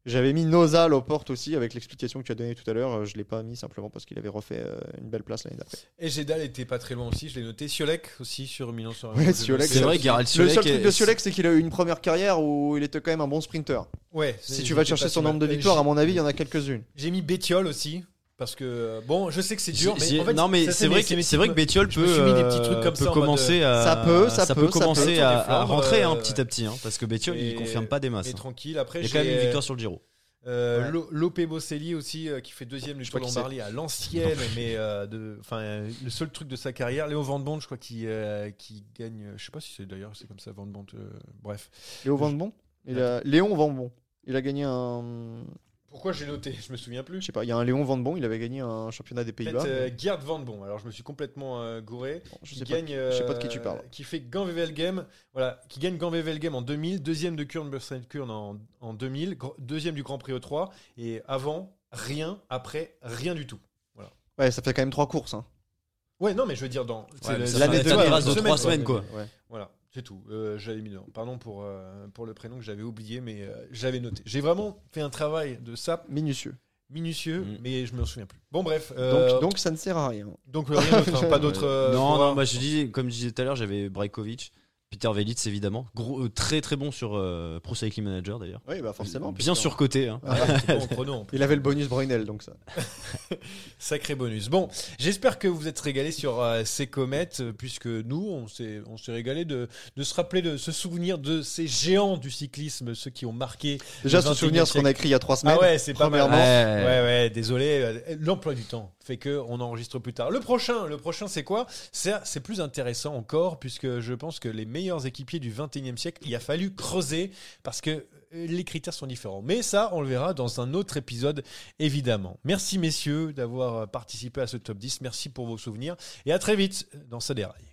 Speaker 2: j'avais mis Nozal aux portes aussi avec l'explication que tu as donnée tout à l'heure. Euh, Je ne l'ai pas mis simplement parce qu'il avait refait euh, une belle place l'année d'après.
Speaker 1: Et Gédal était pas très loin aussi, je l'ai noté. Siolek aussi sur Milan sur
Speaker 2: Ouais, Siolek,
Speaker 3: C'est vrai, Garel
Speaker 2: Le seul truc de Siolek, c'est qu'il a eu une première carrière où il était quand même un bon sprinter.
Speaker 1: Ouais,
Speaker 2: Si
Speaker 1: c'est-
Speaker 2: tu vas
Speaker 1: j'étais
Speaker 2: chercher
Speaker 1: pas
Speaker 2: son
Speaker 1: si mal.
Speaker 2: nombre de
Speaker 1: Euh,
Speaker 2: victoires,
Speaker 1: j'ai-
Speaker 2: à mon avis, hein. il y en a quelques-unes.
Speaker 1: J'ai mis Bétiol aussi. Parce que euh, bon, je sais que c'est dur,
Speaker 3: J'ai-
Speaker 1: mais
Speaker 3: j'ai-
Speaker 1: en fait,
Speaker 3: non mais
Speaker 1: ça,
Speaker 3: c'est vrai,
Speaker 1: mes-
Speaker 3: que
Speaker 1: mes
Speaker 3: c'est vrai que
Speaker 1: petits-
Speaker 3: Bétiol
Speaker 1: je
Speaker 3: peut,
Speaker 1: me suis mis des petits trucs
Speaker 3: euh,
Speaker 1: comme
Speaker 3: peut
Speaker 1: ça en mode,
Speaker 3: commencer à
Speaker 2: Ça peut, ça peut,
Speaker 3: peut
Speaker 2: ça
Speaker 3: commencer
Speaker 1: peut.
Speaker 3: à,
Speaker 1: Tour des Flandres,
Speaker 3: à rentrer hein,
Speaker 1: euh,
Speaker 3: petit à petit hein, parce que Bétiol
Speaker 1: Et-
Speaker 3: il confirme pas des masses.
Speaker 1: mais
Speaker 3: hein.
Speaker 1: tranquille. Après,
Speaker 3: Il y a quand même une
Speaker 1: j'ai-
Speaker 3: victoire sur le Giro.
Speaker 1: Euh,
Speaker 2: Ouais.
Speaker 1: Lo- Lope Boselli aussi euh, qui fait deuxième du
Speaker 2: Je
Speaker 1: Tour
Speaker 2: crois qu'il
Speaker 1: Lombardie à l'ancienne mais euh, de enfin euh, le seul truc de sa carrière Léo Van Bond je crois qui euh, qui gagne euh, je sais pas si c'est d'ailleurs c'est comme ça Van Bond euh, bref
Speaker 2: Léo Van Bon il a... Léon Van Bon. Il a gagné un.
Speaker 1: pourquoi j'ai noté je me souviens
Speaker 2: Je
Speaker 1: plus
Speaker 2: sais pas, il y a un Léon Van Bon, il avait gagné un championnat des Pays-Bas.
Speaker 1: peut-être euh,
Speaker 2: mais
Speaker 1: Gerd Van Bond alors je me suis complètement euh, gouré
Speaker 2: bon, je
Speaker 1: qui
Speaker 2: sais pas.
Speaker 1: gagne euh,
Speaker 2: je sais pas de qui tu parles.
Speaker 1: qui fait Ganvevelgem voilà qui gagne Ganvevelgem en 2000 deuxième de Kurn Kurn en, en 2000 gr- deuxième du Grand Prix E3 et avant rien après rien du tout
Speaker 2: Ouais, ça fait quand même trois courses. hein.
Speaker 1: ouais non mais je veux dire dans c'est
Speaker 3: Ouais,
Speaker 1: le-
Speaker 3: mais
Speaker 1: c'est
Speaker 3: ça
Speaker 1: l'année
Speaker 3: fait
Speaker 1: de
Speaker 3: un
Speaker 1: ouais,
Speaker 3: grâce de
Speaker 1: semaine,
Speaker 3: trois
Speaker 1: quoi.
Speaker 3: semaines, quoi.
Speaker 2: Ouais.
Speaker 1: Voilà, c'est tout. Euh, j'avais mis dedans. Pardon pour, euh, pour le prénom que j'avais oublié, mais euh, j'avais noté. J'ai vraiment fait un travail de sap
Speaker 2: Minutieux.
Speaker 1: minutieux,
Speaker 3: Mm.
Speaker 1: mais je me souviens plus. Bon, bref. euh,
Speaker 2: Donc, donc ça ne sert à rien.
Speaker 1: donc, euh, rien d'autre, hein, pas d'autres. euh,
Speaker 3: non,
Speaker 1: forums.
Speaker 3: non, moi je dis, comme je disais tout à l'heure, j'avais Brajkovic, Peter Velitz évidemment, Gros- euh, très très bon sur euh, Pro Cycling Manager d'ailleurs.
Speaker 2: Oui, bah forcément.
Speaker 3: Bien
Speaker 2: puisque-
Speaker 3: surcoté. hein.
Speaker 1: Ah, ouais, c'est bon, chrono, en plus.
Speaker 2: Il avait le bonus Brunel, donc ça.
Speaker 1: Sacré bonus. Bon, j'espère que vous êtes régalés sur euh, ces comètes, euh, puisque nous, on s'est, on s'est régalé de, de se rappeler, de se souvenir de ces géants du cyclisme, ceux qui ont marqué.
Speaker 2: Déjà,
Speaker 1: le
Speaker 2: se souvenir
Speaker 1: 21e
Speaker 2: ce qu'on a écrit il y a trois semaines.
Speaker 1: Ah ouais, c'est pas mal.
Speaker 2: Premièrement.
Speaker 1: Ouais,
Speaker 3: Ouais.
Speaker 1: ouais, désolé. euh, L'emploi du temps fait que on enregistre plus tard. Le prochain, le prochain, c'est quoi C'est c'est plus intéressant encore puisque je pense que les meilleurs équipiers du 21e siècle, il a fallu creuser parce que euh, les critères sont différents. Mais ça, on le verra dans un autre épisode, évidemment. Merci messieurs d'avoir euh, participé à ce top 10. Merci pour vos souvenirs et à très vite dans ce dérail.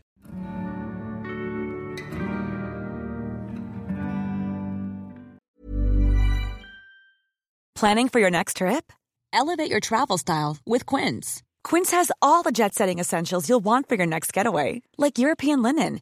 Speaker 4: Planning for your next trip? Elevate your travel style with Quince. Quince has all the jet setting essentials you'll want for your next getaway, like European linen,